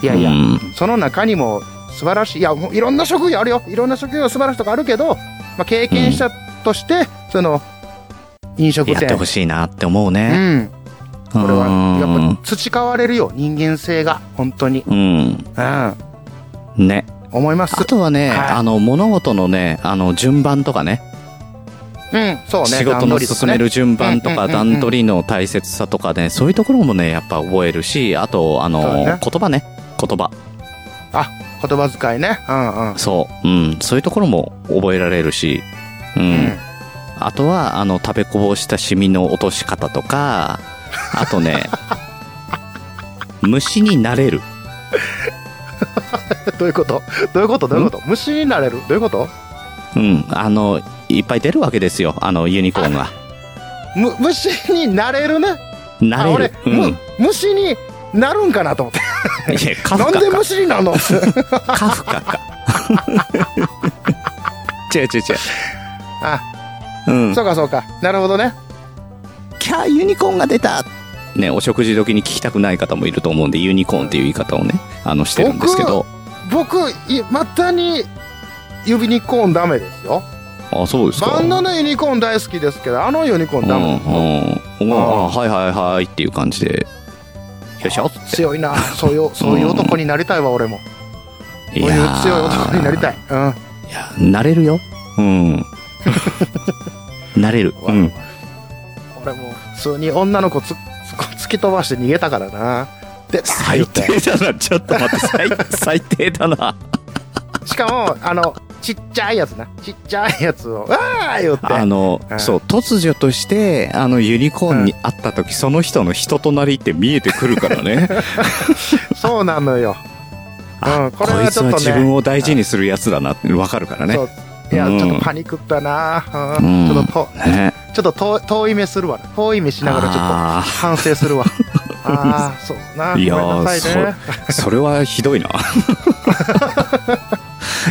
S2: いうやいや、
S1: うん
S2: その中にも素晴らしい、いや、もういろんな職業あるよ。いろんな職業素晴らしいとかあるけど、まあ、経験者として、その、飲食
S1: やって
S2: 店
S1: ほ。しいなって思う
S2: う
S1: ね。
S2: ん。
S1: こ
S2: これは、やっぱ培われるよ。人間性が、本当に。
S1: うん。
S2: うん。
S1: ね。
S2: 思います。
S1: あとはね、
S2: はい
S1: あの、物事のね、あの、順番とかね。
S2: うん、そうね。
S1: 仕事の進める順番と
S2: う
S1: か
S2: んうんうんうん
S1: 段取りの大切さとかね、そういうところもね、やっぱ覚えるし、あと、あの、
S2: そう
S1: 言
S2: だね
S1: 葉ね。言葉。
S2: 言葉遣いね。うんうん。
S1: そう。うん。そういうところも覚えられるし、うん。あとは、あの、食べこぼしたシミの落とし方とか、あと ね、虫になれる。
S2: どういうことどういうことどういうこと虫になれるどういうこと
S1: うん。あの、いっぱい出るわけですよ。あの、ユニコーン が。
S2: む虫になれるね。
S1: な
S2: あ、
S1: れ
S2: 俺
S1: る。、うん。
S2: む
S1: い
S2: 虫になるんかなと思って。
S1: や、カ
S2: な
S1: フ
S2: ん
S1: カ
S2: で
S1: か。
S2: 虫にな るの
S1: カフカか。違う違う違う。
S2: あ、
S1: うん。
S2: そうかそうか。なるほどね。
S1: キャーユニコーンが出たね、お食事時に聞きたくない方もいると思うんで、ユニコーンっていう言い方をね、あの、してるんですけど。
S2: 僕、いまたに、ユニコーンダメですよ。
S1: あ、そうですか。
S2: バンドのユニコーン大好きですけど、あのユニコーンダメ。
S1: うん、うん。あはいはいはいっていう感じで。よいしょって。
S2: 強いな。そういう、そういう男になりたいわ、俺も。
S1: い
S2: そういう
S1: やー
S2: 強い男になりたい。うん。
S1: いや、なれるよ。うん。なれる。うん。
S2: 俺もう普通に女の子つつ突き飛ばして逃げたからな。で、
S1: 最低だな。ちょっと待って、最最低だな。
S2: しかも、あの、ちっちゃいやつな。ちっちゃいやつを、わー言って。
S1: あの、
S2: うん
S1: そう、突如として、あの、ユニコーンに会った時、その人の人となりって見えてくるからね。
S2: そうなのよ。うん、これ
S1: こい
S2: は
S1: つ
S2: ちょ
S1: は
S2: っと
S1: 自分
S2: ね。
S1: を大事にするやつだなってわかるからね
S2: そ。ういや、
S1: うん
S2: ちょっとパニックったな、
S1: うん
S2: ちょっとと、
S1: ね。
S2: ちょっと遠遠い目するわな。遠い目しながらちょっと
S1: あ
S2: 反省 するわ。ああ、そうな。
S1: い
S2: ごめん
S1: やー
S2: なさいね。
S1: あ、それはひどいな。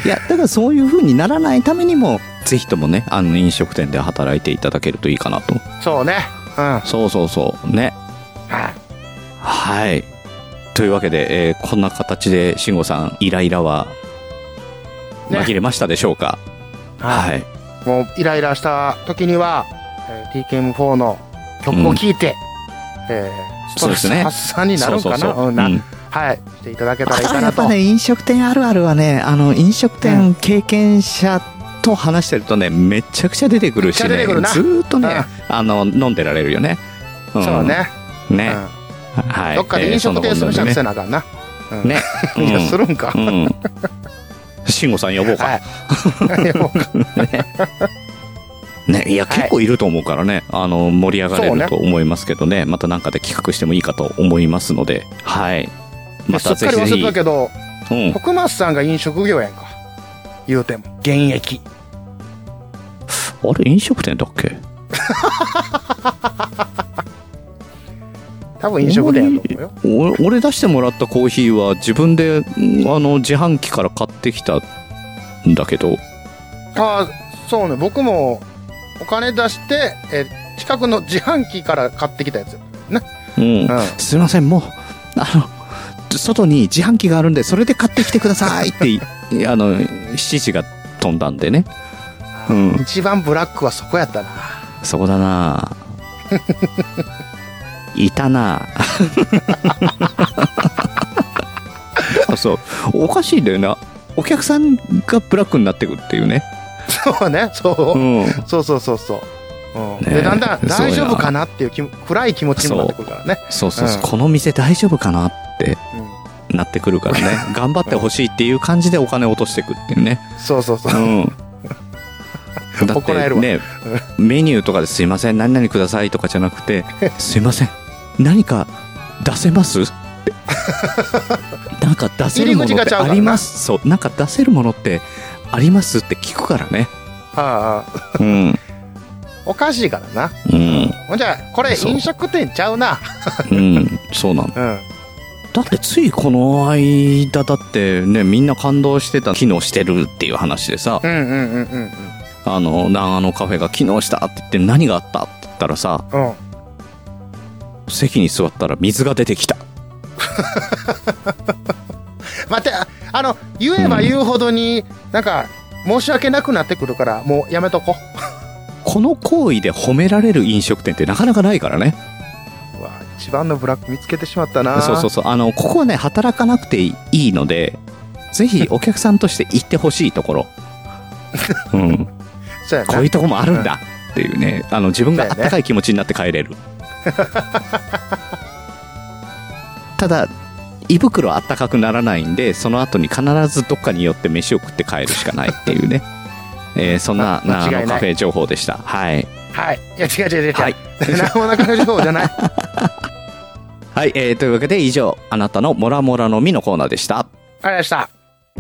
S1: いや、だからそういう風にならないためにも、ぜひともね、あの、飲食店で働いていただけるといいかなと。
S2: そうね。うん。は
S1: そうそうそう。ね。
S2: い。
S1: はい。というわけで、えーこんな形で、慎吾さん、イライラは、
S2: ね
S1: 紛れましたでしょうか、はい。
S2: もうイライラした時には、えー TKM4 の曲を聴いて、えーストレ
S1: そうです
S2: ス
S1: ね
S2: 発散にな
S1: そ
S2: る
S1: う
S2: か
S1: そ
S2: な
S1: うそう。
S2: んな
S1: うん
S2: はい、していただけた
S1: あ
S2: らいい
S1: と
S2: か
S1: はや
S2: な
S1: っぱ
S2: と。
S1: ね、飲食店あるあるはね、あの、飲食店経験者と話してるとね、めちゃくちゃ出てくるしね、
S2: めっちゃ出てくるな
S1: ずーっとね、
S2: う
S1: あの、飲んでられるよね。ん
S2: そう。ね、
S1: ね。
S2: う
S1: はい。
S2: ん。どっかで飲食
S1: えー
S2: 店す
S1: そんな
S2: るし
S1: もん
S2: ゃく
S1: で
S2: せなあかんな。うん
S1: ね。
S2: いや、
S1: ね。
S2: するんか
S1: う。ん。うん。慎吾さん呼ぼうか。
S2: はい。もう
S1: ね。いや、
S2: はい
S1: 結構いると思うからね。あの、盛り上がれ
S2: そうね
S1: ると思いますけどね。またなんかで企画してもいいかと思いますので。はい。また
S2: す
S1: ぜ
S2: っかり
S1: ひぜ
S2: 忘れ
S1: ひ。
S2: たけど、
S1: うん。
S2: 徳松さんが飲食業やんか。言うても。現役。
S1: あれ、飲食店だっけ
S2: 多分飲食店やと思うよ。
S1: お俺出してもらったコーヒーは自分でんあの自販機から買ってきたんだけど
S2: ああ、そうね。僕もお金出して、えー近くの自販機から買ってきたやつよ。
S1: うん、
S2: うん。
S1: すいませんもうあの外に自販機があるんでそれで買ってきてください っていあの指示が飛んだんでねうん
S2: 一番ブラックはそこやったな。
S1: そこだ ないたなあ そうおかしいんだよなお客さんがブラックになってくっていうね
S2: そうね。そうう。
S1: ん
S2: そうそうそうそう。うん、
S1: ねえ
S2: でだんだん
S1: そう
S2: 大
S1: や
S2: 丈夫かなっていう気も暗い気持ちになってくるからね。
S1: そうそうそう、
S2: うん
S1: この店大丈夫かなって
S2: うん
S1: なってくるからね頑張ってほしいっていう感じでお金を落としていくっていうね
S2: そうそうそうう。
S1: んだっ
S2: 怒られ
S1: て
S2: るわ
S1: ねメニューとかですいません何々くださいとかじゃなくてすいません何か出せますってなんか出せるもの
S2: 入り口が
S1: っ
S2: ち
S1: て
S2: ゃうか
S1: あ
S2: らな
S1: りますそうなんか出せるものってありますって聞くからね
S2: ああ、
S1: うん
S2: おかしいからな。
S1: うん
S2: ほんじゃ、これ
S1: そう
S2: 飲食店ちゃうな。
S1: うんそうなの
S2: うん。
S1: だってついこの間だってねみんな感動してた機能してるっていう話でさ
S2: うんうんうんうんうん。
S1: あの、長野カフェが機能したって言って何があったって言ったらさ、
S2: うん。
S1: 席に座ったら水が出てきた。
S2: また、あの、言えば言うほどに、なんか、申し訳なくなってくるから、もうやめとこ
S1: この行為で褒められる飲食店ってなかなかないからね。
S2: う。うわ、一番のブラック見つけてしまったな。
S1: そうそうそう。あの、ここはね、働かなくていいので、ぜひお客さんとして行ってほしいとこ ろ。うん。
S2: そうやな
S1: こういうとこもあるんだっていうね、あの、自分があったかい気持ちになって帰れる。ただ、胃袋はあったかくならないんで、その後に必ずどっかに寄って飯を食って帰るしかないっていうね。えーそんな、
S2: ま間違
S1: な
S2: いない
S1: あのカフェ情報でした。はい。
S2: はい。いや、違う違う違う違う。
S1: はい。
S2: 何もなかなか情報じゃない。
S1: はい、えーというわけで以上、あなたのモラモラのみのコーナーでした。
S2: あれでした。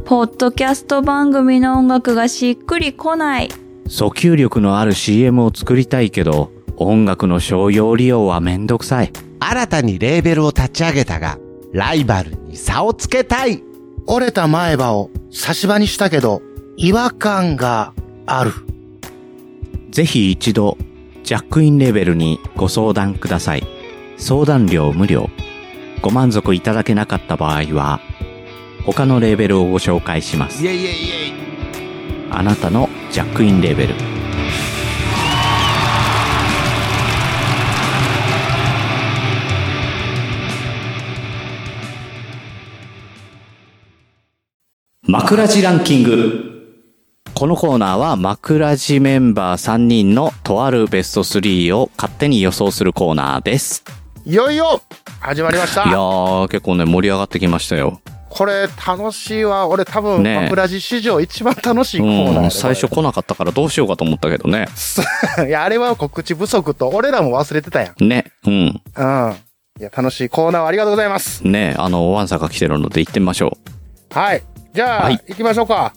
S6: ポッドキャスト番組の音楽がしっくりこない。
S1: 訴求力のある CM を作りたいけど、音楽の商用利用はめんどくさい。
S3: 新たにレーベルを立ち上げたが、ライバルに差をつけたい。
S2: 折れた前歯を差し歯にしたけど、違和感がある。
S1: ぜひ一度、ジャックインレベルにご相談ください。相談料無料。ご満足いただけなかった場合は、他のレーベルをご紹介します。
S3: えいえいえい。
S1: あなたのジャックインレベル。枕地ランキング。このコーナーは枕地メンバー3人のとあるベスト3を勝手に予想するコーナーです。
S2: いよいよ始まりまし
S1: いや
S2: た。
S1: ー、結構ね、盛り上がってきましたよ。
S2: これ楽しいわ。俺多分、
S1: ねえ
S2: マクラジ史上一番楽しいコーナーだ
S1: う
S2: よ
S1: ん、最初来なかったからどうしようかと思ったけどね。
S2: いや、あれは告知不足と、俺らも忘れてたやん。
S1: ね、うん。
S2: うん。いや、楽しいコーナーをありがとうございます。
S1: ね、あの、ワンサが来てるので行ってみましょう。
S2: はい。じゃあ、
S1: はい
S2: 行きましょうか。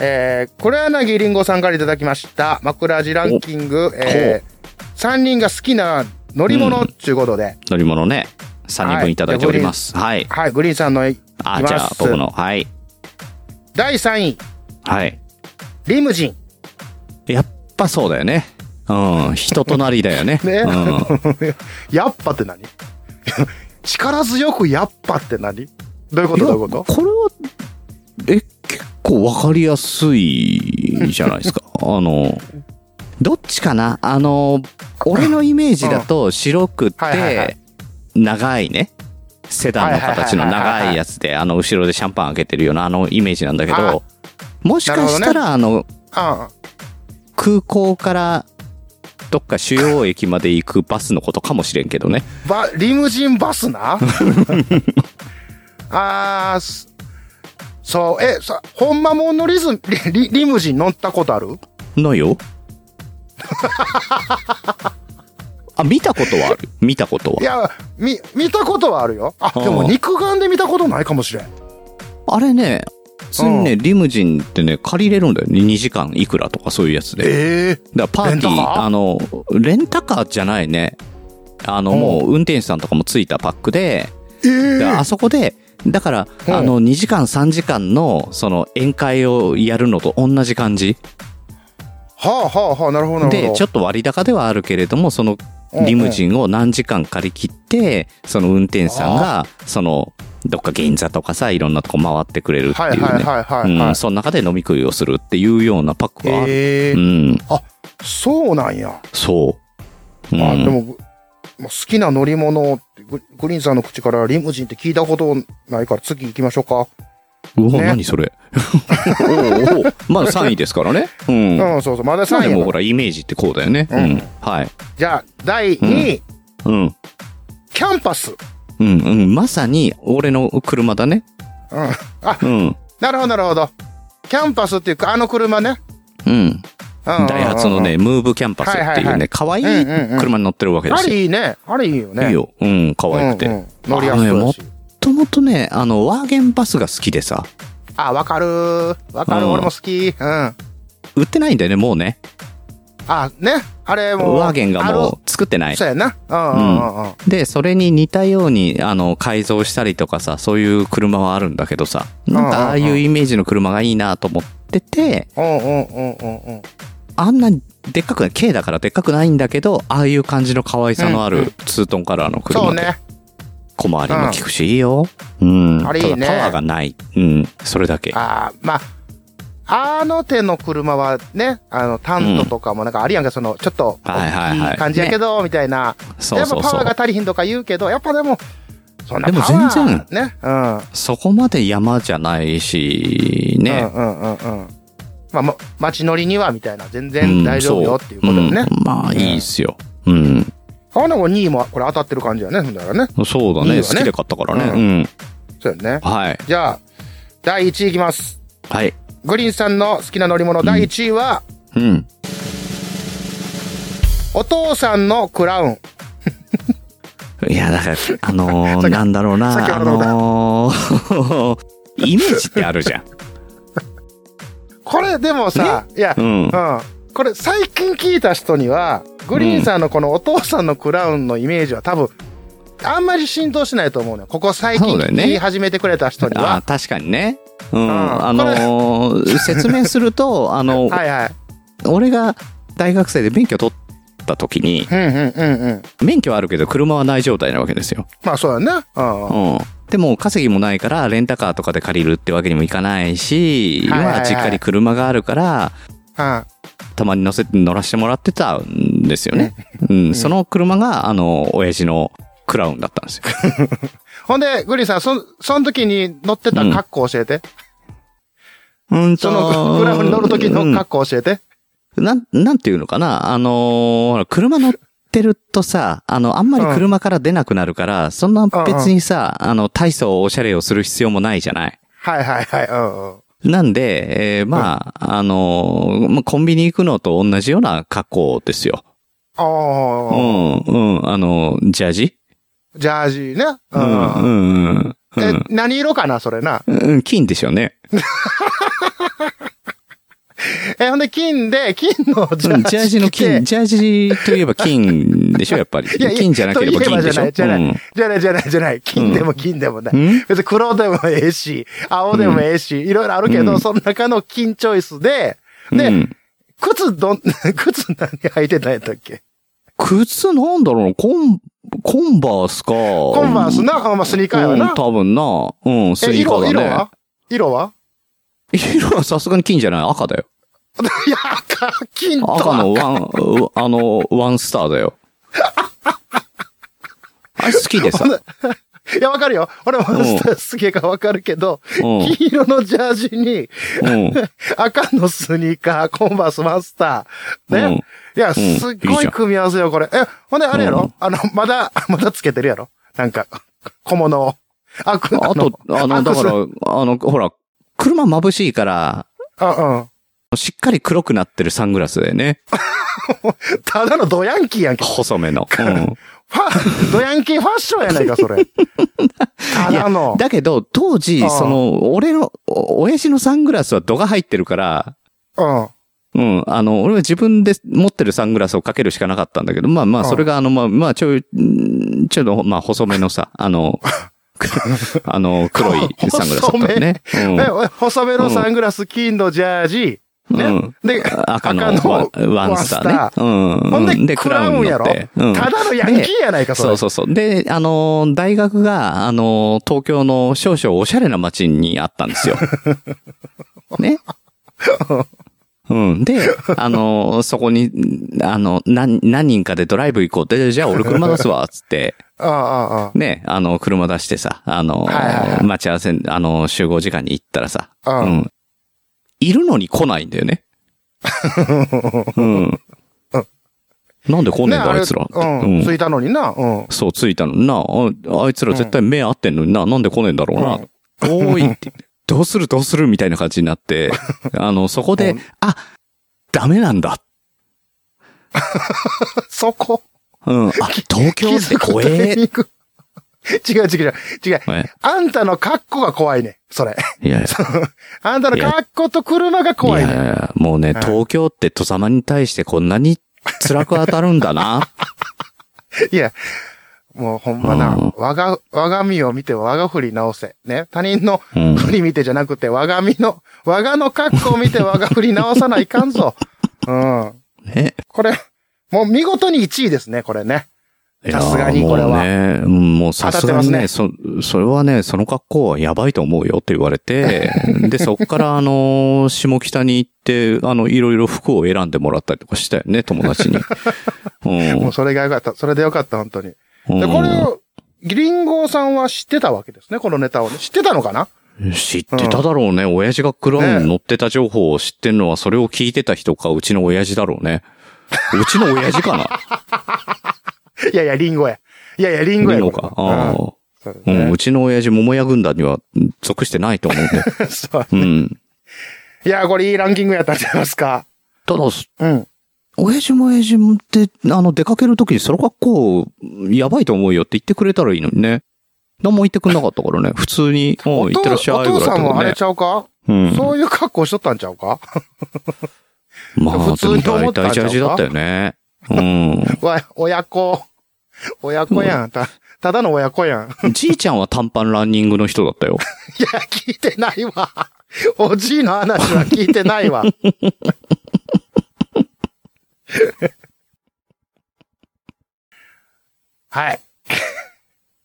S2: えー、黒柳りんごさんからいただきました、枕地ランキング、えー、3人が好きな乗り物っていうことで、
S1: 乗り物ね、3人分いただいております。はい。
S2: はい、グリーンさんのいき
S1: あ、
S2: ま
S1: じゃあ
S2: す
S1: 僕の。はい。
S2: 第3位、
S1: はい。
S2: リムジン。
S1: やっぱそうだよね。うん。人となりだよね。
S2: ね、
S1: うん。
S2: やっぱって何 力強くやっぱって何どういうことどういうこと
S1: いやこれは、え、結構わかりやすいじゃないです か。あの、どっちかなあの、俺のイメージだと白く
S2: うんはいはいは
S1: て、長いね。セダンの形の長いやつで、あの、後ろでシャンパン開けてるような、あのイメージなんだけ
S2: あ
S1: ど、もしかしたら、あの、
S2: あ
S1: 空港から、どっか主要駅まで行くバスのことかもしれんけどね。
S2: あ、ば、リムジンバ スなあー、すそう、え、さ、ほんまもんのリズリ、リリムジン乗ったことある
S1: ない よ。あ、見たことはある。見たこと
S2: い
S1: は。
S2: や、み、見たことはあるよ。あ、
S1: うん
S2: でも肉眼で見たことないかもしれん。
S1: あれね、普通にね、リムジンってね、借りれるんだよね。2時間いくらとかそういうやつで。
S2: ええ
S1: だからパーティ
S2: レンタカ
S1: ー、
S2: ー
S1: あの、レンタカーじゃないね。あの、
S2: うん
S1: もう運転手さんとかもついたパックで、であそこで、だから、
S2: うん
S1: あの、2時間3時間の、その、宴会をやるのと同じ感じ。
S2: はあはあはあ、なるほどなるほど。
S1: で、ちょっと割高ではあるけれども、そのリムジンを何時間借り切って、その運転手さんが、その、どっか銀座とかさ、いろんなとこ回ってくれるって
S2: はいいうはい
S1: ね。
S2: はいはい、
S1: う
S2: はい
S1: ん、その中で飲み食いをするっていうようなパックはある。
S2: ええ
S1: うん、
S2: そうなんや。
S1: そう。うん、
S2: あ、でも、もう好きな乗り物ってグ、グリーンさんの口からリムジンって聞いたことないから次行きましょうか。
S1: うわ、
S2: ね
S1: 何それ。おうおう まだ3位ですからね。うん。
S2: うん、
S1: ま
S2: そうそう、まだ
S1: あで
S2: 3位
S1: もほ
S2: やから
S1: ら、イメージってこうだよね。う
S2: うん
S1: ん。はい。
S2: じゃあ、第2位、
S1: うん。
S2: キャンパス。
S1: うん、うん。まさに、俺の車だね。
S2: うん。あ、
S1: うん。
S2: なるほどなるほど。キャンパスっていうか、あの車ね。
S1: うん。
S2: うんうんうんうん
S1: ダイハツのね、。ムーブキャンパスって
S2: はい
S1: いう
S2: はいは
S1: ね、可愛い
S2: うんうんうん
S1: 車に乗ってるわけで
S2: あ
S1: すよ。
S2: れいいね。あれいいよね。
S1: いいよ。うん、可愛くて。
S2: うん
S1: も
S2: うん乗りやす
S1: あのね
S2: い
S1: も
S2: し。
S1: ともとね、あの、ワーゲンバスが好きでさ、
S2: あ、わかるー。わかる、
S1: うん
S2: 俺も好き。うん。あ、
S1: 売ってないんだよね、もうね。
S2: ね。あれもう。
S1: ワーゲンがもう作って
S2: あ
S1: な
S2: る
S1: い
S2: そ。うやな。うんうんうんうん。
S1: で、それに似たように、あの、改造したりとかさ、そういう車はあるんだけどさ、なん
S2: うんうんう
S1: か
S2: ん
S1: ああいうイメージの車がいいなと思ってて、
S2: うんうんうんうんうん。
S1: あんなでっかくない、K だからでっかくないんだけど、ああいう感じの可愛さのあ
S2: うんう
S1: るツートンカラーの
S2: そ
S1: 車
S2: う
S1: で、
S2: ね。
S1: 小回りも効くし、いいよ。うん。
S2: あれいいね
S1: ただパワーがない。うん。それだけ。
S2: ああ、まあ、あの手の車はね、あの、タントとかもなんかあるやんか、その、ちょっと、
S1: はいはいはい
S2: いい感じやけど、みたいな。
S1: そうそう
S2: やっぱパ
S1: そ
S2: ワーが
S1: う。
S2: 足りひんとか言うけど、やっぱでも、そんな
S1: でも
S2: パワー
S1: 全然
S2: ね。うん。
S1: そこまで山じゃないし、ね。
S2: うんうんうんうん。まあ、も街乗りにはみたいな、全然大丈夫よっていうことよね。
S1: んまあ、いいっすよ。うん。
S2: あなも2位もこれ当たってる感じやね、ほんだらね。
S1: そうだ
S2: いいよ
S1: ね。
S2: ね
S1: 好きで買ったからね。
S2: う
S1: うん。
S2: そうやね。
S1: はい。
S2: じゃあ、第1位いきます。
S1: はい。
S2: グリーンさんの好きな乗り物第1位は、
S1: うん。
S2: お父さんのクラウン。
S1: いや、だから、あの
S2: さ
S1: ー、
S2: っき
S1: なんだろう
S2: さっき
S1: な、あ
S2: の動画
S1: のー、イメージってあるじゃん。
S2: これでもさ、いや、
S1: う
S2: うん ん。これ最近聞いた人には、グリーンさんのこのお父さんのクラウンのイメージは多分、あんまり浸透しないと思うのよ。ここ最
S1: そ
S2: 近
S1: うだよね
S2: 聞き始めてくれた人に
S1: あ
S2: は。
S1: 確かにね。うん。
S2: ん
S1: あのー、説明すると、あの、
S2: はいはい。
S1: 俺が大学生で免許取った時に、
S2: うんうんうんうん。
S1: 免許はあるけど車はない状態なわけですよ。
S2: まあそうやね。うんうん。
S1: うん。でも稼ぎもないから、レンタカーとかで借りるってわけにもいかないし、
S2: はいはいはい
S1: まあ実家に車があるから、
S2: うん。
S1: たまに乗せ、乗らせてもらってたんですよね。うん。その車が、あの、親父のクラウンだったんですよ。
S2: ほんで、グリーンさん、そん、その時に乗ってた格好教えて。
S1: うん
S2: その、グラフに乗る時の格好教えて。
S1: うんなん、なんていうのかなあのーほら車乗ってるとさ、あの、あんまり車から出なくなるから、そんな別にさ、あの、大層おしゃれをする必要もないじゃない
S2: はいはいはい。うんうん。
S1: なんで、えーまあ、あのーまあ、コンビニ行くのと同じような格好ですよ。う
S2: あ
S1: ん、うん、あの、ジャージ
S2: あ、ジャージーね。
S1: う、
S2: うん。
S1: うんん、うん
S2: え、何色かな、それな。
S1: うん。金でしょうね。
S2: え、ほんで、金で、金のジャ
S1: うんジャー
S2: ー
S1: ジ
S2: ジ
S1: の
S2: 着て
S1: 金、ジャージといえば金でしょ、やっぱり。
S2: いやいや
S1: 金じゃなければ
S2: といえ
S1: 金
S2: ば
S1: でしょ。
S2: じゃない、
S1: うん
S2: じゃない、じゃない、じゃない。金でも金でもない。
S1: うん
S2: 別に黒でもええし、青でもええし、いろいろあるけど、
S1: うん
S2: その中の金チョイスで、で、
S1: うん
S2: 靴どん、 靴何履いてたんやったっけ
S1: 靴なんだろうな、コン、コンバースか。コ
S2: コンバースな、あまあ、スニーカーやわ
S1: うん、
S2: な。
S1: 多分な。うん、ス
S2: え、
S1: ニーカーだ
S2: 色、色
S1: ね
S2: は。色は
S1: 色はさすがに金じゃない、赤だよ。
S2: いや、赤、金と
S1: 赤
S2: 赤
S1: のワン、うあの、ワンスター だよ。あれ好きでさ。
S2: いや、わかるよ。俺もス ターすげえがわかるけど、
S1: うん
S2: 黄色のジャージに、
S1: うん。
S2: 赤のスニーカー、コンバースマスター。ね。
S1: うん
S2: いや、す
S1: ん
S2: っごい組み合わせよ、これ。え、ほんで、あれやろ、
S1: うん
S2: あの、まだ、 まだつけてるやろなんか、小物を。あ、く
S1: あと、あの、だか、
S2: ア
S1: ら、あの、ほら、車眩しいから、
S2: クスあ、うん。
S1: しっかり黒くなってるサングラスでね。
S2: ただのドヤンキーやんけ。
S1: 細めの。 うん。
S2: ファ、ドヤンキーファッションやないか、それ。た
S1: い
S2: だ
S1: や
S2: の、。
S1: だけど、当時、
S2: うん
S1: その、俺の、お親父のサングラスは度が入ってるから、
S2: うん。
S1: うん。あの、俺は自分で持ってるサングラスをかけるしかなかったんだけど、まあまあ、
S2: うん
S1: それが、あの、まあ、まあ、ちょい、んちょっと、まあ、細めのさ、あ の、あの、黒いサングラスだったのね。
S2: え、細めのサングラス、金のジャージ、
S1: うん。
S2: ね。
S1: うん
S2: で、
S1: 赤の
S2: 赤の
S1: ワンワンスターね
S2: ワンス。タ
S1: うん
S2: ほん
S1: うん。
S2: で、クラウンやろ、
S1: 乗ってうん
S2: ただのヤンキーやないか、そ
S1: そ
S2: れ。
S1: うそうそう。で、あのー、大学が、あのー、東京の少々おしゃれな街にあったんです よ。ね。うん。で、あのー、そこに、あの、何、何人かでドライブ行こうって、じゃあ俺車出すわ、つって、
S2: ああ、ああ、
S1: ね、あの、車出してさ、あのー、
S2: はいはいはい
S1: 待ち合わせ、あのー、集合時間に行ったらさ、
S2: うん
S1: ん。いるのに来ないんだよ ね。うん。なんで来んねんだ、あいつら。
S2: うん、ついたのにな。うん。
S1: そう、ついたのにな。ああいつら絶対目合ってんのにな。なんで来ねえんだろうな。おーいって。 どうするどうするみたいな感じにな って、あの、そこで、あ、ダメなんだ。
S2: そこ。
S1: うん。あ、東京って怖え。
S2: 気づくタイ ミング違う違う違う。違う
S1: え。
S2: あんたの格好が怖いね。それ。
S1: いやいや。
S2: あんたの格好と車が怖い
S1: いやい
S2: ね。
S1: やもうね、東京って土様に対してこんなに辛く当たるんだな。
S2: いや。もうほんま
S1: うん
S2: な。我が、我が身を見て我が振り直せ。ね。他人の
S1: うん
S2: 振り見てじゃなくて、我が身の、我がの格好を見て我が振り直さないかんぞ。うん。
S1: ね。
S2: これ、もう見事に1位ですね、これね。
S1: いやー
S2: さすがにこれは
S1: もうね、うんもうさすがにね
S2: 当
S1: そ、それはね、その格好はやばいと思うよって言われ て、で、そっからあのー、下北に行って、あの、いろいろ服を選んでもらったりとかしたよね、友 達に。うん
S2: もうそれがよかった。それでよかった、本当に。
S1: う
S2: で、
S1: ん
S2: これを、リンゴさんは知ってたわけですね、このネタをね。知ってたのかな
S1: 知ってただろうね。親父がクラウン乗ってた情報を知ってるのは、それを聞いてた人か、うちの親父だろうね。うちの親父か ない
S2: やいや、リンゴや。いやいや、リン
S1: い
S2: ゴや。
S1: いのか。あ
S2: うん
S1: あ
S2: そうです
S1: う
S2: ね
S1: ん、うちの親父、桃屋軍団にはうん属してないと思うん で。
S2: そう
S1: うん。
S2: いや、これいいランキングやったんじゃないですか。
S1: ただ、
S2: うん。
S1: 親父も親父もって、あの、出かけるときにその格好、やばいと思うよって言ってくれたらいいのにね。何も言ってくんなかったからね。普通に、おう行ってらっしゃい
S2: お
S1: ぐらい
S2: 父
S1: だ
S2: さ
S1: った
S2: んも
S1: も
S2: あ
S1: んね
S2: れち。ゃうか、
S1: うん。
S2: そういう格好しとったんちゃうか
S1: まあ、
S2: 普通
S1: でも
S2: に思
S1: 大
S2: ったん
S1: 体
S2: ちゃうか
S1: ジャージだったよね。うん。
S2: わ、親子。親子やん。た、ただの親子やん。
S1: じいちゃんは短パンランニングの人だったよ。
S2: いや、聞いてないわ。 おじいの話は聞いてないわ。 はい。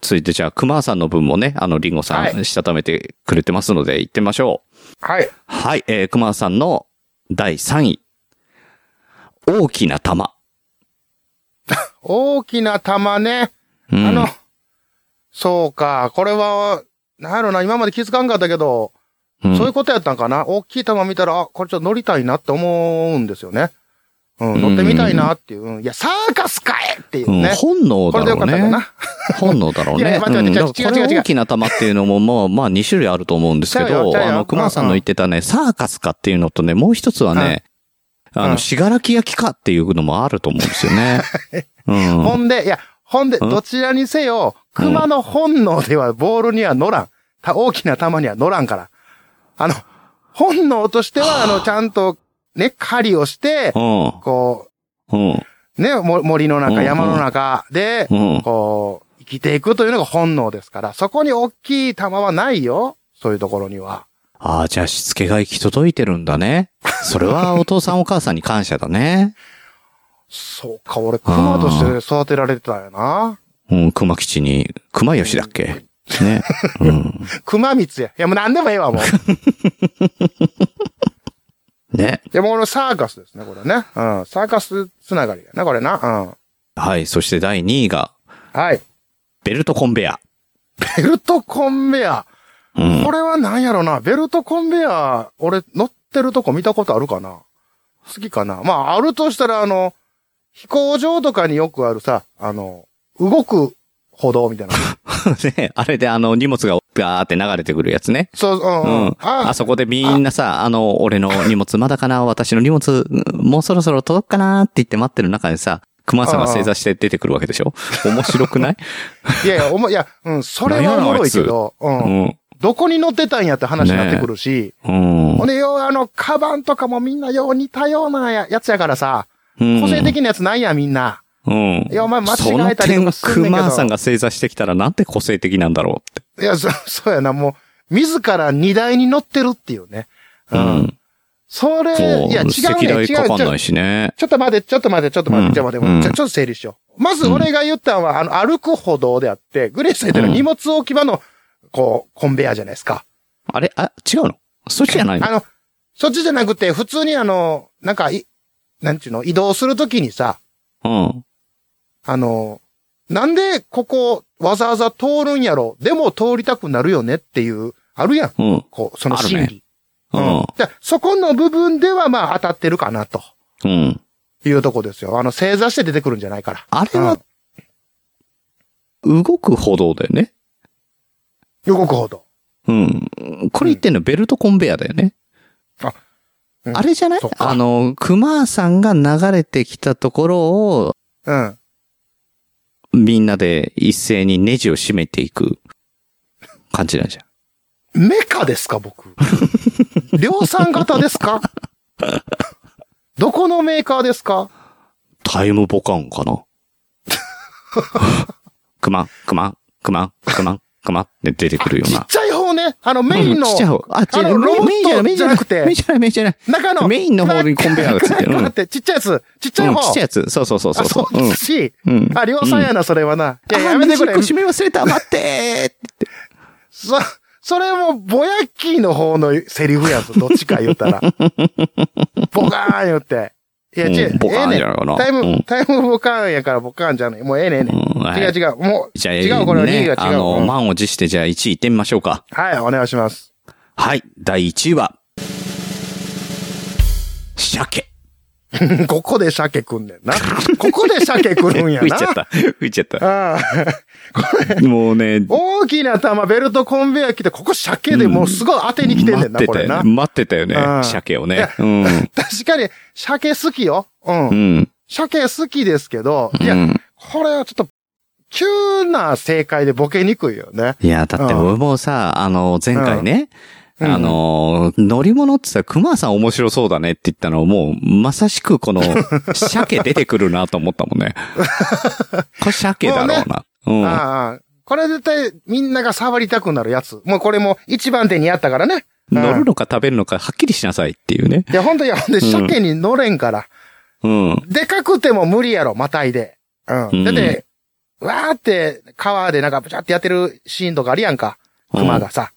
S1: 続いてじゃあ、熊さんの分もね、あの、リンゴさん、
S2: は
S1: したためてくれてますので、行ってみましょう。
S2: はい。
S1: はい、えー、熊さんの第3位。大きな玉。
S2: 大きな玉ね。
S1: うん
S2: あの、そうか。これは、なんやろな、今まで気づかんかったけど、
S1: うん
S2: そういうことやったんかな。大きい玉見たら、あ、これちょっと乗りたいなって思うんですよね。うん、乗ってみたいなっていう。うんいや、サーカスかえっていう
S1: うん
S2: ね。
S1: 本能
S2: こ
S1: だ
S2: れでよ
S1: ろ
S2: か
S1: う
S2: ったか
S1: ね。
S2: な。
S1: 本能だろう
S2: いやい
S1: ね
S2: や。
S1: う
S2: 待って
S1: ん
S2: 待って
S1: だからこ
S2: 違う違う
S1: れ
S2: 違う違う
S1: 大きな玉っていうのも、まあ、まあ、2種類あると思うんですけ
S2: 違うよ違
S1: ど、
S2: うよ
S1: あの、熊さんの言ってたね、サーカスかっていうのとね、もう一つはね、あ
S2: う
S1: の、
S2: ん
S1: しがらき焼きかっていうのもあると思うんですよ ね。うん。
S2: ほんで、いや、ほんで、
S1: うん
S2: どちらにせよ、熊の本能ではボールには乗らん。た大きな球には乗らんから。あの、本能としては、あの、ちゃんと、ね、狩りをして
S1: う、ん。
S2: こ
S1: うん。
S2: う、ね、も森の
S1: うん
S2: 中、
S1: うん
S2: 山の中で、
S1: うん。
S2: こう、生きていくというのが本能ですから、そこに大きい玉はないよ。そういうところには。
S1: ああ、じゃあしつけが行き届いてるんだね。それはお父さんお母さんに感謝だね。
S2: そうか、俺、熊として育てられてたよな。
S1: うん、熊吉に、熊吉だっけね。うん。
S2: 熊光や。いや、もう何でもええわ、 もう。い
S1: ね。
S2: や、もう俺、サーカスですね、これね。うん。サーカスつながりやな、これな。
S1: はい。そして第2位が、
S2: うん。はい。
S1: ベルトコンベア。
S2: ベルトコンベア。
S1: うん
S2: こ。れは何やろな。ベルトコンベア、俺、乗ってるとこ見たことあるかな好きかなまあ、あるとしたら、あの、飛行場とかによくあるさ、あの、動く歩道みたいな。
S1: ねあれであの、荷物がガーって流れてくるやつね。
S2: そう、うん
S1: う
S2: うん。
S1: ん。あ
S2: あ、
S1: そこでみんなさ、あの、俺の荷物まだかな私の荷物、うんもうそろそろ届くかなって言って待ってる中でさ、熊さんが正座して出てくるわけでしょ面白くない
S2: いやいや、おも、いや、うん、それはおもろいけど、 う。
S1: うんん。
S2: どこに乗ってたんやって話になってくるし、
S1: うん
S2: ほん。で、よう、あの、カバンとかもみんなよう似たようなややつやからさ、
S1: うん
S2: 個性的なやつないやん、みんな。
S1: うん。
S2: いやお前間違えたりとかすんねんけど
S1: その点、クマさんが正座してきたらなんて個性的なんだろうっ
S2: いや、そ、そうやな、もう、自ら荷台に乗ってるっていうね。
S1: て。うん。
S2: それ、
S1: そう。
S2: いや、違うね、違う
S1: 席代
S2: 違
S1: か
S2: う
S1: かん
S2: ち
S1: な
S2: ょ
S1: い。しね。
S2: ちょっと待って、ちょっと待って、ちょっと待っ
S1: うん
S2: て、じゃあ待って、
S1: うん
S2: ちょちょっと整理しよう。まず俺が言ったのは、あの、歩く歩道であって、グレースさん言ったのは荷物置き場の、こう、コンベアじゃないですか。
S1: あれあ、違うのそっちじゃないの
S2: あの、そっちじゃなくて、普通にあの、なんか、い、なんちゅうの、移動するときにさ、
S1: うん。
S2: あの、なんでここわざわざ通るんやろ、でも通りたくなるよねっていう、あるやん。
S1: うん。
S2: こう、その心
S1: ある
S2: 理。
S1: うん。
S2: でそこの部分ではまあ当たってるかなと
S1: うん。
S2: いうとこですよ。あの、正座して出てくるんじゃないから。
S1: あれは、動く歩道だよね。
S2: 動くほど。
S1: うん。これ言ってんのベルトコンベヤだよね。
S2: あうん
S1: あれじゃない
S2: そっか
S1: あの、熊さんが流れてきたところを、
S2: うん。
S1: みんなで一斉にネジを締めていく感じなんじゃん。
S2: メカです か、僕。量産型ですかどこのメーカーですか
S1: タイム ボカンかなクマン、クマン、クマン、クマン、かまって出てくるよう
S2: ちっ
S1: な。
S2: ちゃい方ね、あのメインの
S1: うんちっちゃい方。あ、違
S2: あの
S1: う、メインメインじゃない、
S2: ロボット
S1: メインじゃなくて。
S2: じゃな
S1: メ
S2: くて
S1: インじゃない、メインじゃない。
S2: 中の。
S1: メインの方にコンベヤーがついてる。
S2: な
S1: うんん。
S2: かって、ちっちゃいやつ。ちっちゃい
S1: うん
S2: 方。
S1: ちっちゃいやつ。そうそうそうそ
S2: あ、
S1: う
S2: そ
S1: そうう。
S2: ですし。
S1: うん。
S2: あ、量産やな、それはな。いや、
S1: あ
S2: やめてくれ
S1: ミュー。ジック締め忘れた、待ってーって。
S2: そ、それも、ぼやっきーの方のセリフやぞ、どっちか言った ら。ボカーン言って。いや、
S1: うん
S2: 違う、
S1: ボカーン
S2: ええねん
S1: じゃないかな
S2: タイム、
S1: うん
S2: タイムボカーンやからボカーンじゃない。もうええねんええねん。
S1: うんはい
S2: 違う違う、も う、
S1: じゃあ、
S2: 違う、これは2位が
S1: あ
S2: 違う。
S1: の、
S2: うん
S1: 満を持して、じゃあ1位行ってみましょうか。
S2: はい、お願いします。
S1: はい。第1位は、鮭。
S2: ここで鮭くんねんな。ここで鮭くるんや
S1: 吹い
S2: な。
S1: ちゃった。吹いちゃった。
S2: あ あ。
S1: もうね、
S2: 大きな玉、ベルトコンベヤ来て、ここ鮭でもうすごい当てに来てんねんな、
S1: 待って
S2: こ
S1: た
S2: れな
S1: よね。。待ってたよ
S2: う
S1: ね。
S2: ん
S1: 鮭を
S2: い
S1: ね
S2: や。
S1: うん。
S2: 確かに、鮭好きよ。うん
S1: う。ん。
S2: 鮭好きですけど、いや、
S1: うん
S2: これはちょっと、急な正解でボケにくいよね。
S1: いや、だって
S2: うん
S1: 俺もさ、あの、前回ね、
S2: うん
S1: あの、乗り物ってさ、熊さん面白そうだねって言ったのもう、まさしく この、鮭出てくるなと思ったもんね。これ鮭だろうな。うん。
S2: ああ、これ絶対みんなが触りたくなるやつ。もうこれも一番手にやったからね。うん
S1: 乗るのか食べるのかはっきりしなさいっていうね。
S2: いや、ほんといや、ほんで、鮭に乗れんから。
S1: うん。
S2: でかくても無理やろ、またいで。う
S1: うん
S2: ん。だって、わーって、川でなんかブチャってやってるシーンとかあるやんか。熊がさ。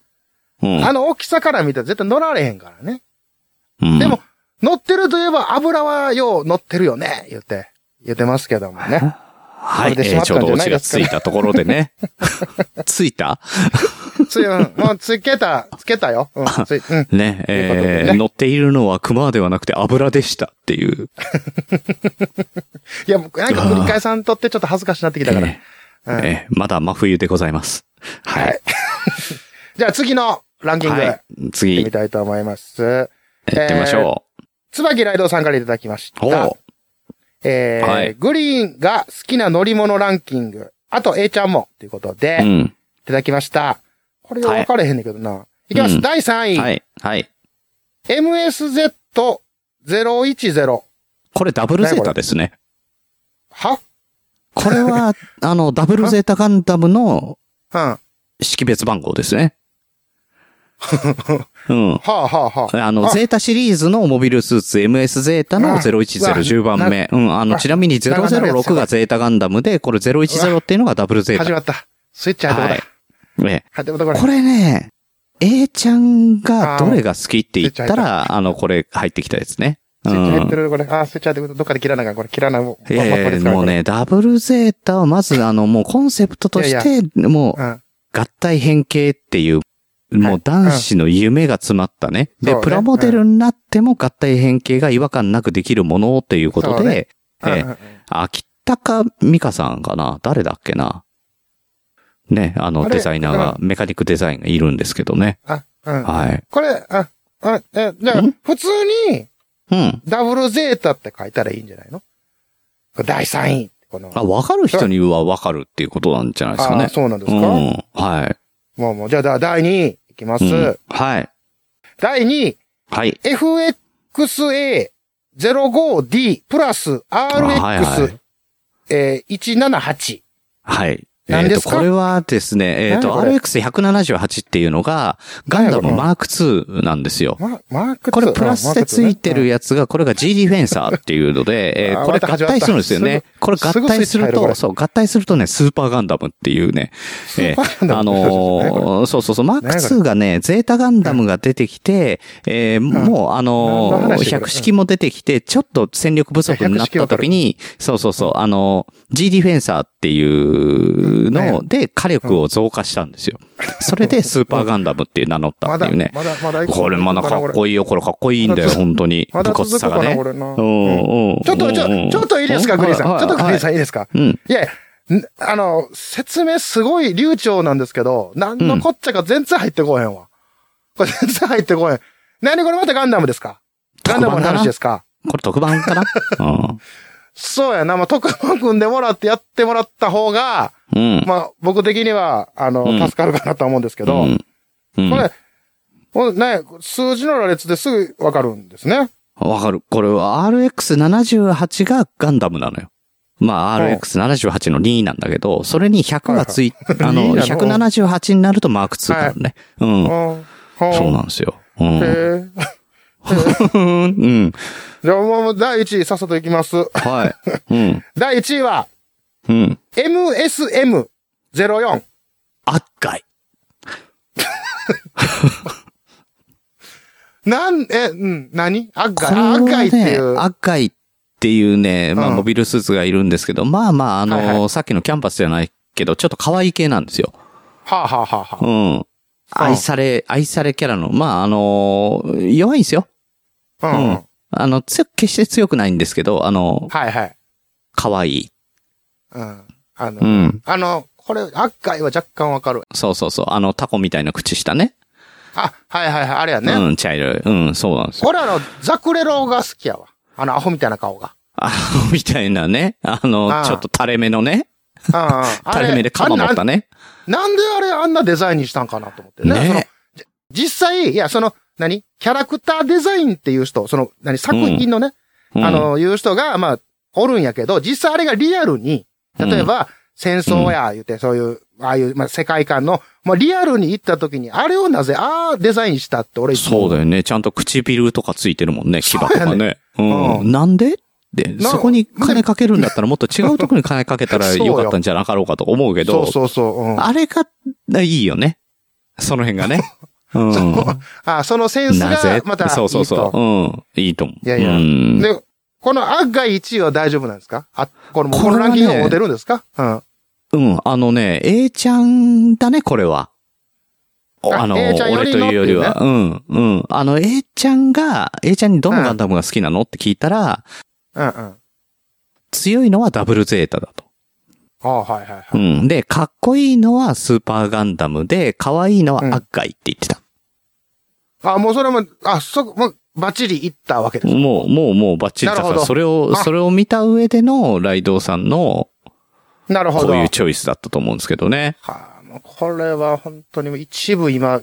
S1: うん。
S2: あの大きさから見たら絶対乗られへんからね。
S1: うん
S2: でも、乗ってるといえば油はよう乗ってるよね、言って、言ってますけどもね。
S1: はい、
S2: これでし
S1: え
S2: ま
S1: ー
S2: っ
S1: ち
S2: た
S1: ょうん
S2: じ
S1: ど
S2: ゃ
S1: オ
S2: な
S1: チ
S2: い
S1: が
S2: です
S1: つ
S2: か
S1: いたところでね。 ついた
S2: つ、うんもうつけた、つけたよ。 うん、つい、うん。
S1: ね、
S2: いうことで
S1: え
S2: ね
S1: ー乗っているのは熊ではなくて油でしたっていう。
S2: いや、僕なんか繰り返さんとってちょっと恥ずかしなってきたから。
S1: えーえーまだ真冬でございます。はい。
S2: じゃあ次のランキング、
S1: はい
S2: 行っ。
S1: 次、
S2: て
S1: 行
S2: みたいと思います。
S1: ってみましょ
S2: 椿ライドさんからいただきまし
S1: う。お
S2: た。えー
S1: はい
S2: グリーンが好きな乗り物ランキング。あと A ちゃんも、ということで、
S1: う
S2: い
S1: ん。
S2: ただきました。これが分かれへんねんけどな。い、きます。
S1: うん
S2: 第3位。
S1: はい。はい。
S2: MSZ010。
S1: これダブルゼータですね。
S2: は
S1: これ は、あの、ダブルゼータガンダムの
S2: うん。は
S1: 識別番号です ね。うん。
S2: あはあはあ。
S1: あの、
S2: あ
S1: ゼータシリーズのモビルスーツ MS ゼータの
S2: あうわ
S1: 0110番目。うん、あの、
S2: あ
S1: ちなみに
S2: なるほどなるほ
S1: 006
S2: ど
S1: がゼータガンダムで、これ010っていうのがダブルゼー
S2: 始
S1: タ。
S2: まった。スイッチ入ってこ
S1: はい
S2: だ。。
S1: え
S2: 入ってこだこ
S1: え
S2: れ。
S1: これね、A ちゃんがどれが好きって言ったら、あの、これ入ってきたやつね。う
S2: スイッチ入って
S1: ん。
S2: る、これ。あー、スイッチ入ってくる。どっかで切らなあかん。これ切らない。もう
S1: いやいや、もう。ね、ダブルゼータはまず、あの、もうコンセプトとし
S2: いや
S1: て、もう
S2: これ、うん。
S1: 合体変形っていう、もう男子の夢が詰まったね。
S2: うん
S1: で、
S2: そうね
S1: プラモデルになっても合体変形が違和感なくできるものということ
S2: そう
S1: で
S2: ね、
S1: え
S2: うんうんう
S1: ー
S2: ん
S1: 秋高美香さんかな誰だっけなね、あの
S2: あれ
S1: デザイナーが、メカニックデザインがいるんですけどね。
S2: あ、うん。
S1: はい。
S2: これ、あ、あ、え、じゃあ
S1: ん
S2: 普通に、
S1: うん。
S2: ダブルゼータって書いたらいいんじゃないのこれ第3位。この。
S1: あ、わかる人にはわかるっていうことなんじゃないですか
S2: あ
S1: ね。
S2: そうなんです
S1: う
S2: か、
S1: ん。はい。
S2: もうもう、じゃあだ第2位いきます。
S1: うんはい。
S2: 第2位、
S1: はい。
S2: FXA05D プラス RX、
S1: はいはい
S2: えー178。
S1: はい。え
S2: 何
S1: っ
S2: で
S1: と、
S2: すか
S1: これはですね、えっと、
S2: 何これ
S1: RX178 っていうのが、ガンダム
S2: 何やこれ
S1: マーク2なんですよ。
S2: ママーク2
S1: これプラスでついてる
S2: や
S1: やつが、これが G ディフェンサーっていうので、えー
S2: あ
S1: これ
S2: また
S1: 合
S2: 始まった
S1: 体するんですよね。これ合
S2: すぐスイ
S1: 体
S2: ッ
S1: す
S2: チ入
S1: る
S2: るこ
S1: と、
S2: れ
S1: そう、合体するとね、スーパーガンダムっていうね。え
S2: スーパーガンダム
S1: あのーそうそうそう、マーク
S2: 何これ
S1: 2がね、ゼータガンダムが出てきて、えーもう、あ
S2: 何の
S1: のー、
S2: 話してる
S1: 百式も出てきて、ちょっと戦力不足になった時に、そうそうそう、あのー、G ディフェンサーっていうので、火力を増加したんですよ。それでスーパーガンダムって名乗った
S2: ま
S1: って
S2: だ、
S1: いうね。
S2: まだ、まだいくつ
S1: これもなかっこいいよ。これかっこいいんだよ、
S2: まだ
S1: 本当に。
S2: ま
S1: 武
S2: だ
S1: 骨
S2: 続く
S1: さ
S2: か
S1: が
S2: な、
S1: ね。
S2: これな。
S1: う
S2: うん
S1: んうん
S2: ちょっと、ち
S1: うん
S2: ょ、ちょっといいですか、
S1: うん
S2: グリーンさん。
S1: はい
S2: ちょっとグリーンさ
S1: は
S2: んいいですか
S1: いうん。
S2: いやいや、んあの、説明すごい流暢なんですけど、なんのこっちゃか全然入ってこへんわ。これ全然入ってこへん。何これまたガンダムですかガンダムの話ですか
S1: これ特番 かな
S2: そうやな。まあ、特番組んでもらってやってもらった方が、
S1: うん。うん。
S2: まあ、僕的には、あの、
S1: うん
S2: 助かるかなとは思うんですけ
S1: う
S2: ど、
S1: んうん
S2: これ、もうね、数字の羅列ですぐわかるんですね。
S1: わかる。これは RX78 がガンダムなのよ。まあ
S2: うん
S1: RX78 の2なんだけど、それに100が つい、あ
S2: いい
S1: の、
S2: な
S1: 178になるとマーク2なのね。うん。そうなんですよ。うん。
S2: んへえ。
S1: うん。
S2: じゃあもう第1位さっさといきます。
S1: はい。うん。
S2: 第1位は
S1: うん。
S2: MSM04。
S1: 赤い。
S2: なん、え、うん、何赤
S1: これ
S2: い。
S1: はね
S2: 赤いっていう。
S1: 赤いっていうね、まあ、
S2: うん
S1: モビルスーツがいるんですけど、まあまあ、あの、
S2: はいは
S1: さっきのキャンパスじゃないけど、ちょっと可愛い系なんですよ。
S2: はあ、はあはあは
S1: うん。愛され、愛されキャラの、まあ、あの、弱いんですよ。
S2: あ、
S1: う
S2: うんん。
S1: あの、強く、決して強くないんですけど、あの、
S2: はいはい。
S1: 可愛い。
S2: うん。あの、
S1: うん。
S2: あの、これ、赤いは若干わかる。
S1: そうそうそう。あの、タコみたいな口したね。
S2: あ、はいはいはい、あれやね。
S1: うん、茶色い。うん、そうなんですよ。
S2: これあの、ザクレロが好きやわ。あの、アホみたいな顔が。
S1: あの、みたいなね。あの、
S2: ああ
S1: ちょっと垂れ目のね。
S2: うん うん。あ
S1: 垂れ目で鎌持った
S2: ね。
S1: ね。
S2: なんであれあんなデザインにしたんかなと思って。ね。その
S1: ね。
S2: 実際、いや、その、何キャラクターデザインっていう人、その、何作品のね、
S1: うん
S2: あ、の、いう人が、まあ、おるんやけど、実際あれがリアルに、例えば、戦争や、言って、そういう、ああいう、まあ、世界観の、まあ、リアルに行った時に、あれをなぜ、ああ、デザインしたって、俺、
S1: そうだよね。ちゃんと唇とかついてるもんね。牙とかね。
S2: ね
S1: う
S2: うん
S1: ん。なんでで、
S2: な
S1: そこに金かけるんだったらもっと違うとこに金かけたらよかったんじゃなかろうかと思うけ
S2: そ
S1: ど
S2: う、そうそう。うん、あ
S1: あれがいいよね。その辺が ね。うん。
S2: あ、そのセンス
S1: なぜ
S2: が、また、
S1: そうそう
S2: いいと
S1: そう。うん。いいと思う。
S2: いやいや
S1: うん
S2: で、この赤が1位は大丈夫なんですかあ、この、
S1: これは
S2: こ
S1: ね
S2: のランキングを出るんですかうん。
S1: うん、あのね、A ちゃんだね、これは。お
S2: あ
S1: あの、
S2: A ちゃんよ
S1: 俺
S2: り
S1: と
S2: の
S1: いうよりは。うん、うん。あの、A ちゃんが、A ちゃんにどのガンダムが好きなのって聞いたら、
S2: うんうん。あ
S1: 強いのはダブルゼータだと。
S2: あ、はいはいはい。
S1: うん。で、かっこいいのはスーパーガンダムで、可愛いのはアッガイって言ってた。
S2: あ、もうそれも、あ、そこ、もう、バッチリいったわけです。
S1: もう、もう、もうバッチリだ
S2: な
S1: か
S2: るほ
S1: ら、
S2: ど
S1: それを、
S2: あ
S1: それを見た上でのライドウさんの、
S2: なるほ
S1: こ
S2: ど。
S1: ういうチョイスだったと思うんですけどね。
S2: はあ、もうこれは本当に一部今、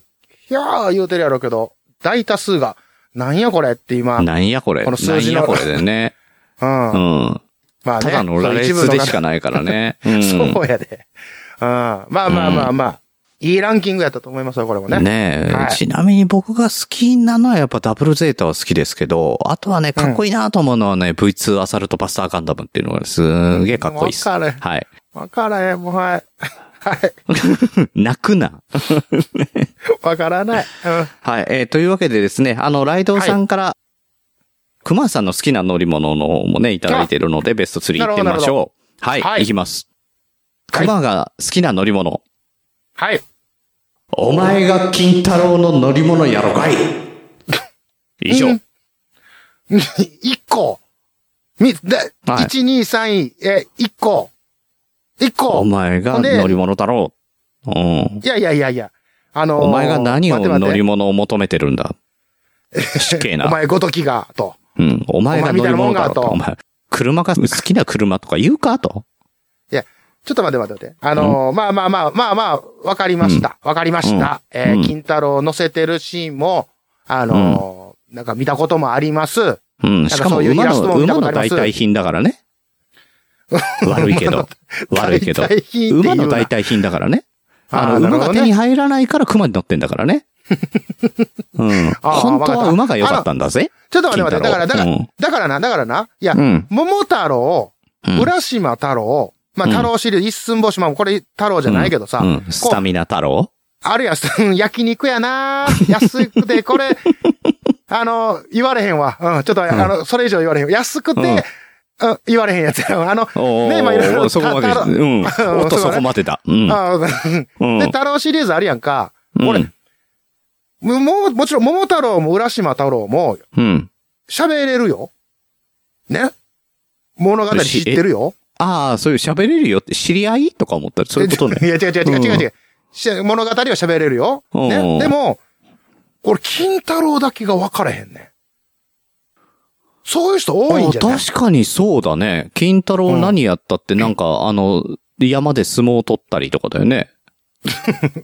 S2: いやー言うてるやろうけど、大多数が、なんやこれって今、うん。
S1: なんやこれ。
S2: この
S1: な
S2: 数
S1: ん
S2: 字の
S1: やこれでね。う
S2: ま
S1: ん。
S2: あね。
S1: ただの羅列でしかないからね。うん
S2: 一部の中でそうやで。うん。まあまあまあまあ、いいランキングやったと思いますよ、これもね。
S1: ねえ、
S2: はい
S1: ちなみに僕が好きなのはやっぱダブルゼータは好きですけど、あとはね、かっこいいなと思うのはね、V2 アサルトバスターガンダムっていうのがすーげえかっこいいっす。
S2: わかる
S1: はい。
S2: わからへん、もうはい。はい。
S1: 泣くな。
S2: わからない。うん。
S1: はい。えーというわけでですね、あの、ライドウさんから、クマさんの好きな乗り物の方もね、いただいてるので、ベスト3行ってみまし
S2: なるほどなる
S1: ょう。はい。
S2: はい
S1: い、きます。
S2: はい
S1: クマが好きな乗り物。
S2: はい。
S1: お前が金太郎の乗り物やろかい。以上。
S2: うん 一個。み、で、
S1: はい
S2: 一二三位、え、一個。一個。
S1: お前が
S2: ほんで
S1: 乗り物だろう。うん。
S2: いやいやいやいや。あのー
S1: お前が何
S2: 待って
S1: を
S2: 待っ
S1: 乗
S2: て
S1: り物を求めてるんだ。失敬
S2: お
S1: な。
S2: 前ごときが、と。
S1: うん。お前が乗り物だろうと。
S2: お前
S1: お
S2: み
S1: 前、車が好きな車とか言うかと。
S2: ちょっと待って待って待って。あのーまあまあまあ、まあまあ、わかりました。わ、かりました。えー
S1: うん
S2: 金太郎を乗せてるシーンも、あのーなんか見たこともあります。
S1: うん。しかも
S2: そういうイ
S1: 馬
S2: ラスト
S1: の、
S2: も見た
S1: 馬
S2: ことあ
S1: の
S2: ります
S1: 代替品だからね。悪いけ ど。悪いけど。
S2: 代替品って
S1: 馬
S2: いうな
S1: の代替品だからね。あの、
S2: あーなる
S1: 馬
S2: ほど
S1: が
S2: ね
S1: 手に入らないから熊に乗ってんだから ね。うん。
S2: あー
S1: 本当
S2: わかっ
S1: は
S2: た
S1: 馬が良かったんだぜ。
S2: ちょっと待って待って。だから、だから、
S1: 金
S2: だからな、だからな。いや、
S1: 太郎うん。
S2: 桃太郎、
S1: うん。
S2: 浦島太郎、まあ、
S1: うん
S2: 太郎シリーズ、一寸星、まあ、これ太郎じゃないけどさ、
S1: うん。スタミナ太郎
S2: あるやつ、うん焼肉 やな安くて、これ、あの、言われへんわ。うん、ちょっと、あの、それ以上言われへん。安くて、うん、言われへんやつやわあの、
S1: おー
S2: ねまあいろいろ
S1: そこまで、
S2: たたろ
S1: うん。
S2: うん
S1: おっと、
S2: そうだ
S1: そ
S2: ね
S1: こまでだ。うん。
S2: あ
S1: うん
S2: で、太郎シリーズあるやんか。
S1: うん
S2: 俺、ももう、もちろん、桃太郎も浦島太郎も、
S1: うん。
S2: 喋れるよ。ね物語知ってるよ。
S1: ああ、そういう喋れるよって、知り合いとか思ったら、そういうこと
S2: い
S1: ね。
S2: や、違う違う違う違う違う。し物語は喋れるよ。
S1: う
S2: ね
S1: ん
S2: でも、これ、金太郎だけが分からへんね。そういう人多いんじゃない
S1: あ確かにそうだね。金太郎何やったって、なんか、あの、山で相撲を取ったりとかだよね。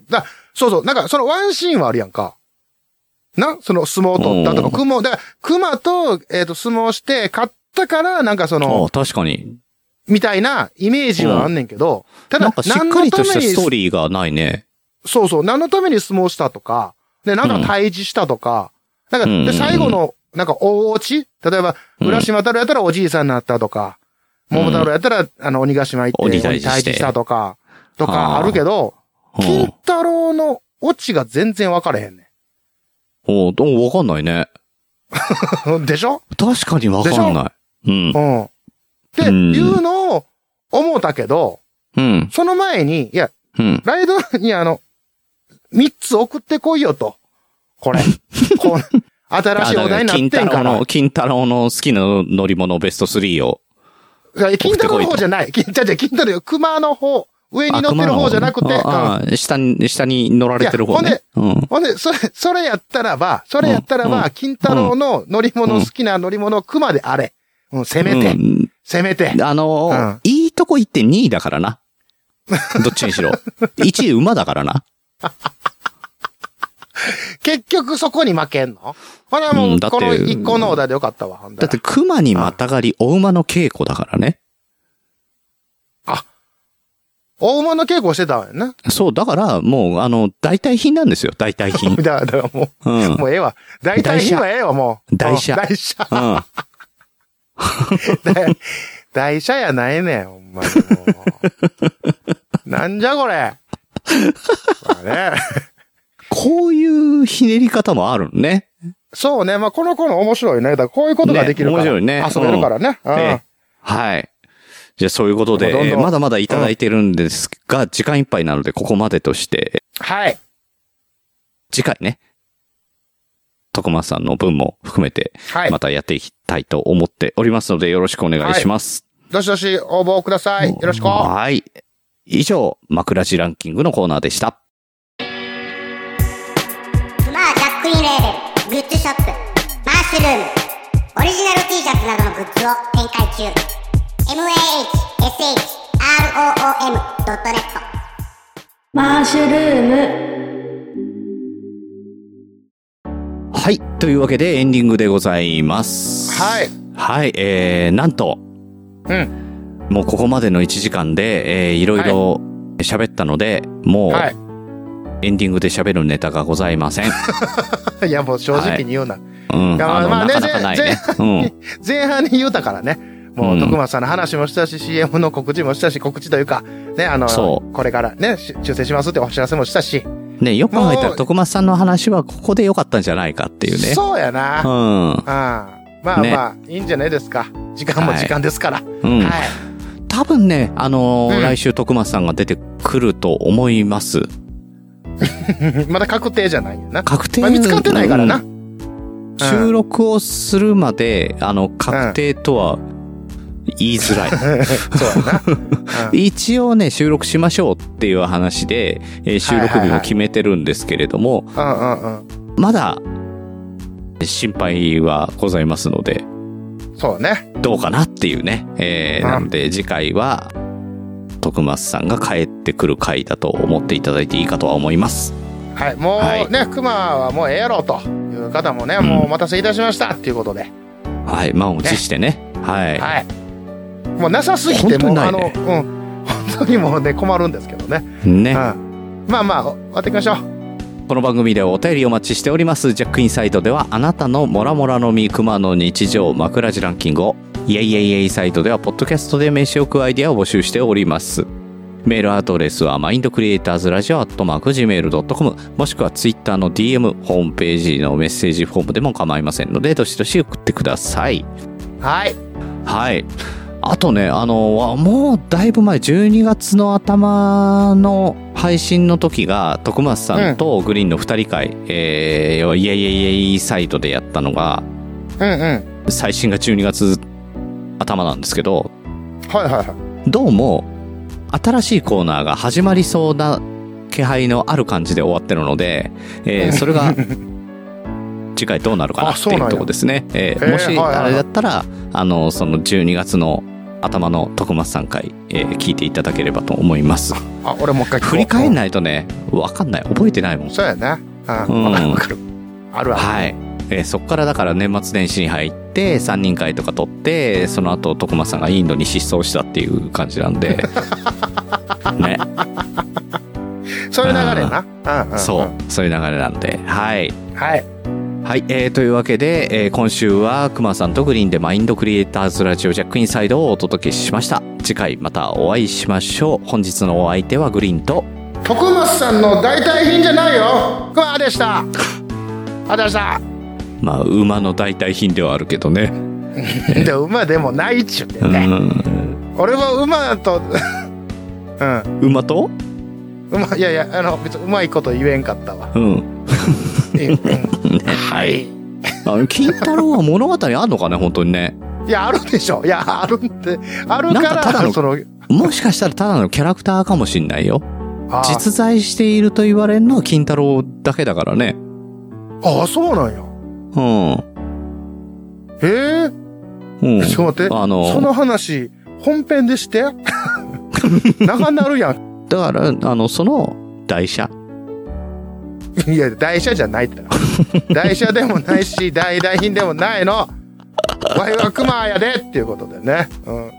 S2: だそうそう。なんか、そのワンシーンはあるやんか。なその相撲を取ったと
S1: うん
S2: か、雲、だから、熊と、えっ、と、相撲して、勝ったから、なんかそ
S1: あ
S2: の
S1: あ、、確かに。
S2: みたいなイメージはあんねんけど、ただ、
S1: なんかしっかりとした
S2: 何のために
S1: ストーリーがないね。
S2: そうそう、何のために相撲したとか、で、なんか退治したとか、なん
S1: うんうん
S2: か、
S1: うん
S2: で、最後の、なんか、大落ち例えば、
S1: うん
S2: 浦島太郎やったらおじいさんになったとか、桃太郎やったら、あの、鬼ヶ島行っ
S1: 鬼
S2: て、鬼
S1: 退治して
S2: 退治したとか、と
S1: は
S2: か
S1: あ
S2: あるけど、金
S1: うん。
S2: 太郎のオチが全然分かれへんね
S1: おうでもわかんないね。
S2: ん。 でしょ
S1: 確かにわかんない。うん
S2: う。ん。って
S1: うん
S2: いうのを思ったけど、
S1: うん。
S2: その前に、いや、
S1: うん。
S2: ライドにあの、三つ送ってこいよと。これ。こう、新しいお題になって
S1: 金
S2: ん
S1: 太
S2: か
S1: 郎
S2: ら
S1: の、。金太郎の好きな乗り物ベスト3を。
S2: いや金太郎の方じゃない。金じゃじゃ金太郎よ、熊の方。上に乗ってる方じゃなくて。
S1: あ
S2: うん
S1: ああ下に、下に乗られてる方
S2: いや
S1: ね。うん。
S2: ほんで、それ、それやったらば、それやったら
S1: うんう
S2: ば、金太郎の乗り物、好きな乗り物、熊であれ。うん、せめて、せめて
S1: う。んあのー
S2: うん
S1: いいとこ行って2位だからな。 どっちにしろ。1位馬だからな。
S2: 結局そこに負けんのほらも
S1: うん
S2: う、
S1: だって
S2: この一個のお題でよかったわ、ほんだ
S1: だ
S2: ら
S1: って熊にまたがりお馬の稽古だからね。
S2: 大物稽古してたわよな。
S1: そう、だからもう、あの、代替品なんですよ。代替 品。
S2: だから、だからも
S1: う
S2: う、
S1: ん。
S2: もうええわ。大体今ええわ、もう。
S1: 台車
S2: うん台車。
S1: うん。
S2: 台台車やないねん、ほんまにもう。なんじゃこれ。まあね。
S1: こういうひねり方もあるのね。
S2: そうね。まあ、この子の面白いね。だからこういうことができるから。
S1: ね面白いね
S2: 遊べるからね。うん。
S1: ええはい。じゃあそういうことで、
S2: どんどん
S1: えーまだまだいただいてるんですが、時間いっぱいなのでここまでとして、
S2: はい。
S1: 次回ね、徳間さんの分も含めて、
S2: はい
S1: ま。たやっていきたいと思っておりますので、よろしくお願いします。
S2: どしどし応募ください。よろしく。
S1: はい。以上、枕地ランキングのコーナーでした。
S7: まあ、ジャックインレーベル、グッズショップ、マッシュルーム、オリジナル T シャツなどのグッズを展開中。mahshroom.net
S4: マッシュルーム
S1: はい。というわけでエンディングでございます。
S2: はい。
S1: はい。えー、なんと、
S2: うん。
S1: もうここまでの1時間で、えー、いろいろ喋ったので、もう、
S2: は
S1: エンディングで喋るネタがございません。
S2: い。いや、もう正直に言うな。
S1: うん。
S2: いやまあ
S1: あの、
S2: まあね
S1: なかなかないね。うん。
S2: 前半に言うたからね。も
S1: う
S2: う、
S1: ん
S2: 徳松さんの話もしたし、CM の告知もしたし、告知というか、ね、あの、
S1: そう
S2: これからね、し修正しますってお知らせもしたし。
S1: ね、よく考えた
S2: も
S1: ら、
S2: う
S1: 徳松さんの話はここで良かったんじゃないかっていうね。
S2: そうやな。
S1: う
S2: ああまあ
S1: ね
S2: まあ、いいんじゃないですか。時間も時間ですから。はい。
S1: ん。うん。多分ね、あのー
S2: うん
S1: 来週徳松さんが出てくると思います。
S2: まだ確定じゃないよな。
S1: 確定、
S2: まあ、見つかってないからな。
S1: うん収録をするまで、あの、確定とは言いづらい。
S2: そうやな。うん
S1: 一応ね、収録しましょうっていう話で、えー収録
S2: はいはい
S1: 日
S2: は
S1: を
S2: い
S1: 決めてるんですけれども、
S2: うんうんう
S1: まだ心配はございますので、
S2: ん。そうね。
S1: どうかなっていうね。えー、
S2: うん
S1: なので次回は、徳松さんが帰ってくる回だと思っていただいていいかとは思います。
S2: はい。も
S1: はいう
S2: ね、熊はもうええやろうという方もね、もうお待たせいたしましたっていうことで。
S1: はい、満を持してね。はい。
S2: はい。もうなさすぎて、
S1: 本
S2: もう、
S1: 当
S2: あ
S1: に
S2: の、
S1: な
S2: う
S1: い
S2: ん。
S1: ね
S2: 本当にもうね、困るんですけどね。う
S1: ね。
S2: ん。まあまあ、終わっていきましょう。
S1: この番組ではお便りお待ちしております。ジャックインサイトではあなたのモラモラのみクマの日常枕地ランキングを、イエイエイエイサイトではポッドキャストで名刺置くアイデアを募集しております。メールアドレスは mindcreatorsradio.gmail.com もしくはツイッターの DM、ホームページのメッセージフォームでも構いませんので、どしどし送ってください。
S2: はい。
S1: はい。あとね、あの、わもうだいぶ前、12月の頭の配信の時が、徳松さんとグリーンの2人会、えー、いやいやいやサイトでやったのが、
S2: うんうん。
S1: 最新が12月頭なんですけど、
S2: はいはいはい。
S1: どうも、新しいコーナーが始まりそうな気配のある感じで終わってるので、えーそれ が、次回どうなるかな
S2: あ
S1: って
S2: そう
S1: い
S2: なんや
S1: うとこですね。えー
S2: へー
S1: もし、
S2: はいはいはい
S1: あれだったら、あの、その12月の頭の徳松さん回、えー聞いていただければと思います。
S2: あ、俺もう一回
S1: 振り返ん
S2: い。
S1: ないとね、わかんない。覚えてないもん。
S2: そうやね。う
S1: うん
S2: ん。わかるわかる。あるある。
S1: はい。えーそっからだから年末年始に入っって、3人会とか撮って、その後、徳間さんがインドに失踪したっていう感じなんで。ね。
S2: そういう流れな。うんうん、
S1: そう。そういう流れなんで。はい。
S2: うん。はい。
S1: はい、えーというわけで、えー今週はくまさんとグリーンでマインドクリエイターズラジオジャックインサイドをお届けしました次回またお会いしましょう本日のお相手はグリーンと
S2: 徳松さんの代替品じゃないよ。クマでした。ありがとうございました。
S1: まあ馬の代替品ではあるけどね
S2: で馬でもないっちゅって
S1: う
S2: ね、
S1: ん
S2: 俺は馬と うん
S1: 馬と
S2: 馬いやいやあの別にうまいこと言えんかった わ
S1: うん
S2: うん
S1: はいあ金太郎は物語あんのかね本当にね
S2: いやあるでしょいやあるってあるか
S1: なんかただ
S2: ら
S1: の
S2: その
S1: もしかしたらただのキャラクターかもしんないよ
S2: あー
S1: 実在していると言われるのは金太郎だけだからね
S2: あーそうなんや
S1: うん
S2: え
S1: うん
S2: えちょっと待って
S1: あの
S2: その話本編でして 長なるやん
S1: だからあのその台車
S2: いや台車じゃないってな台車でもないし代替品でもないのワイはクマやでっていうことでね、うん、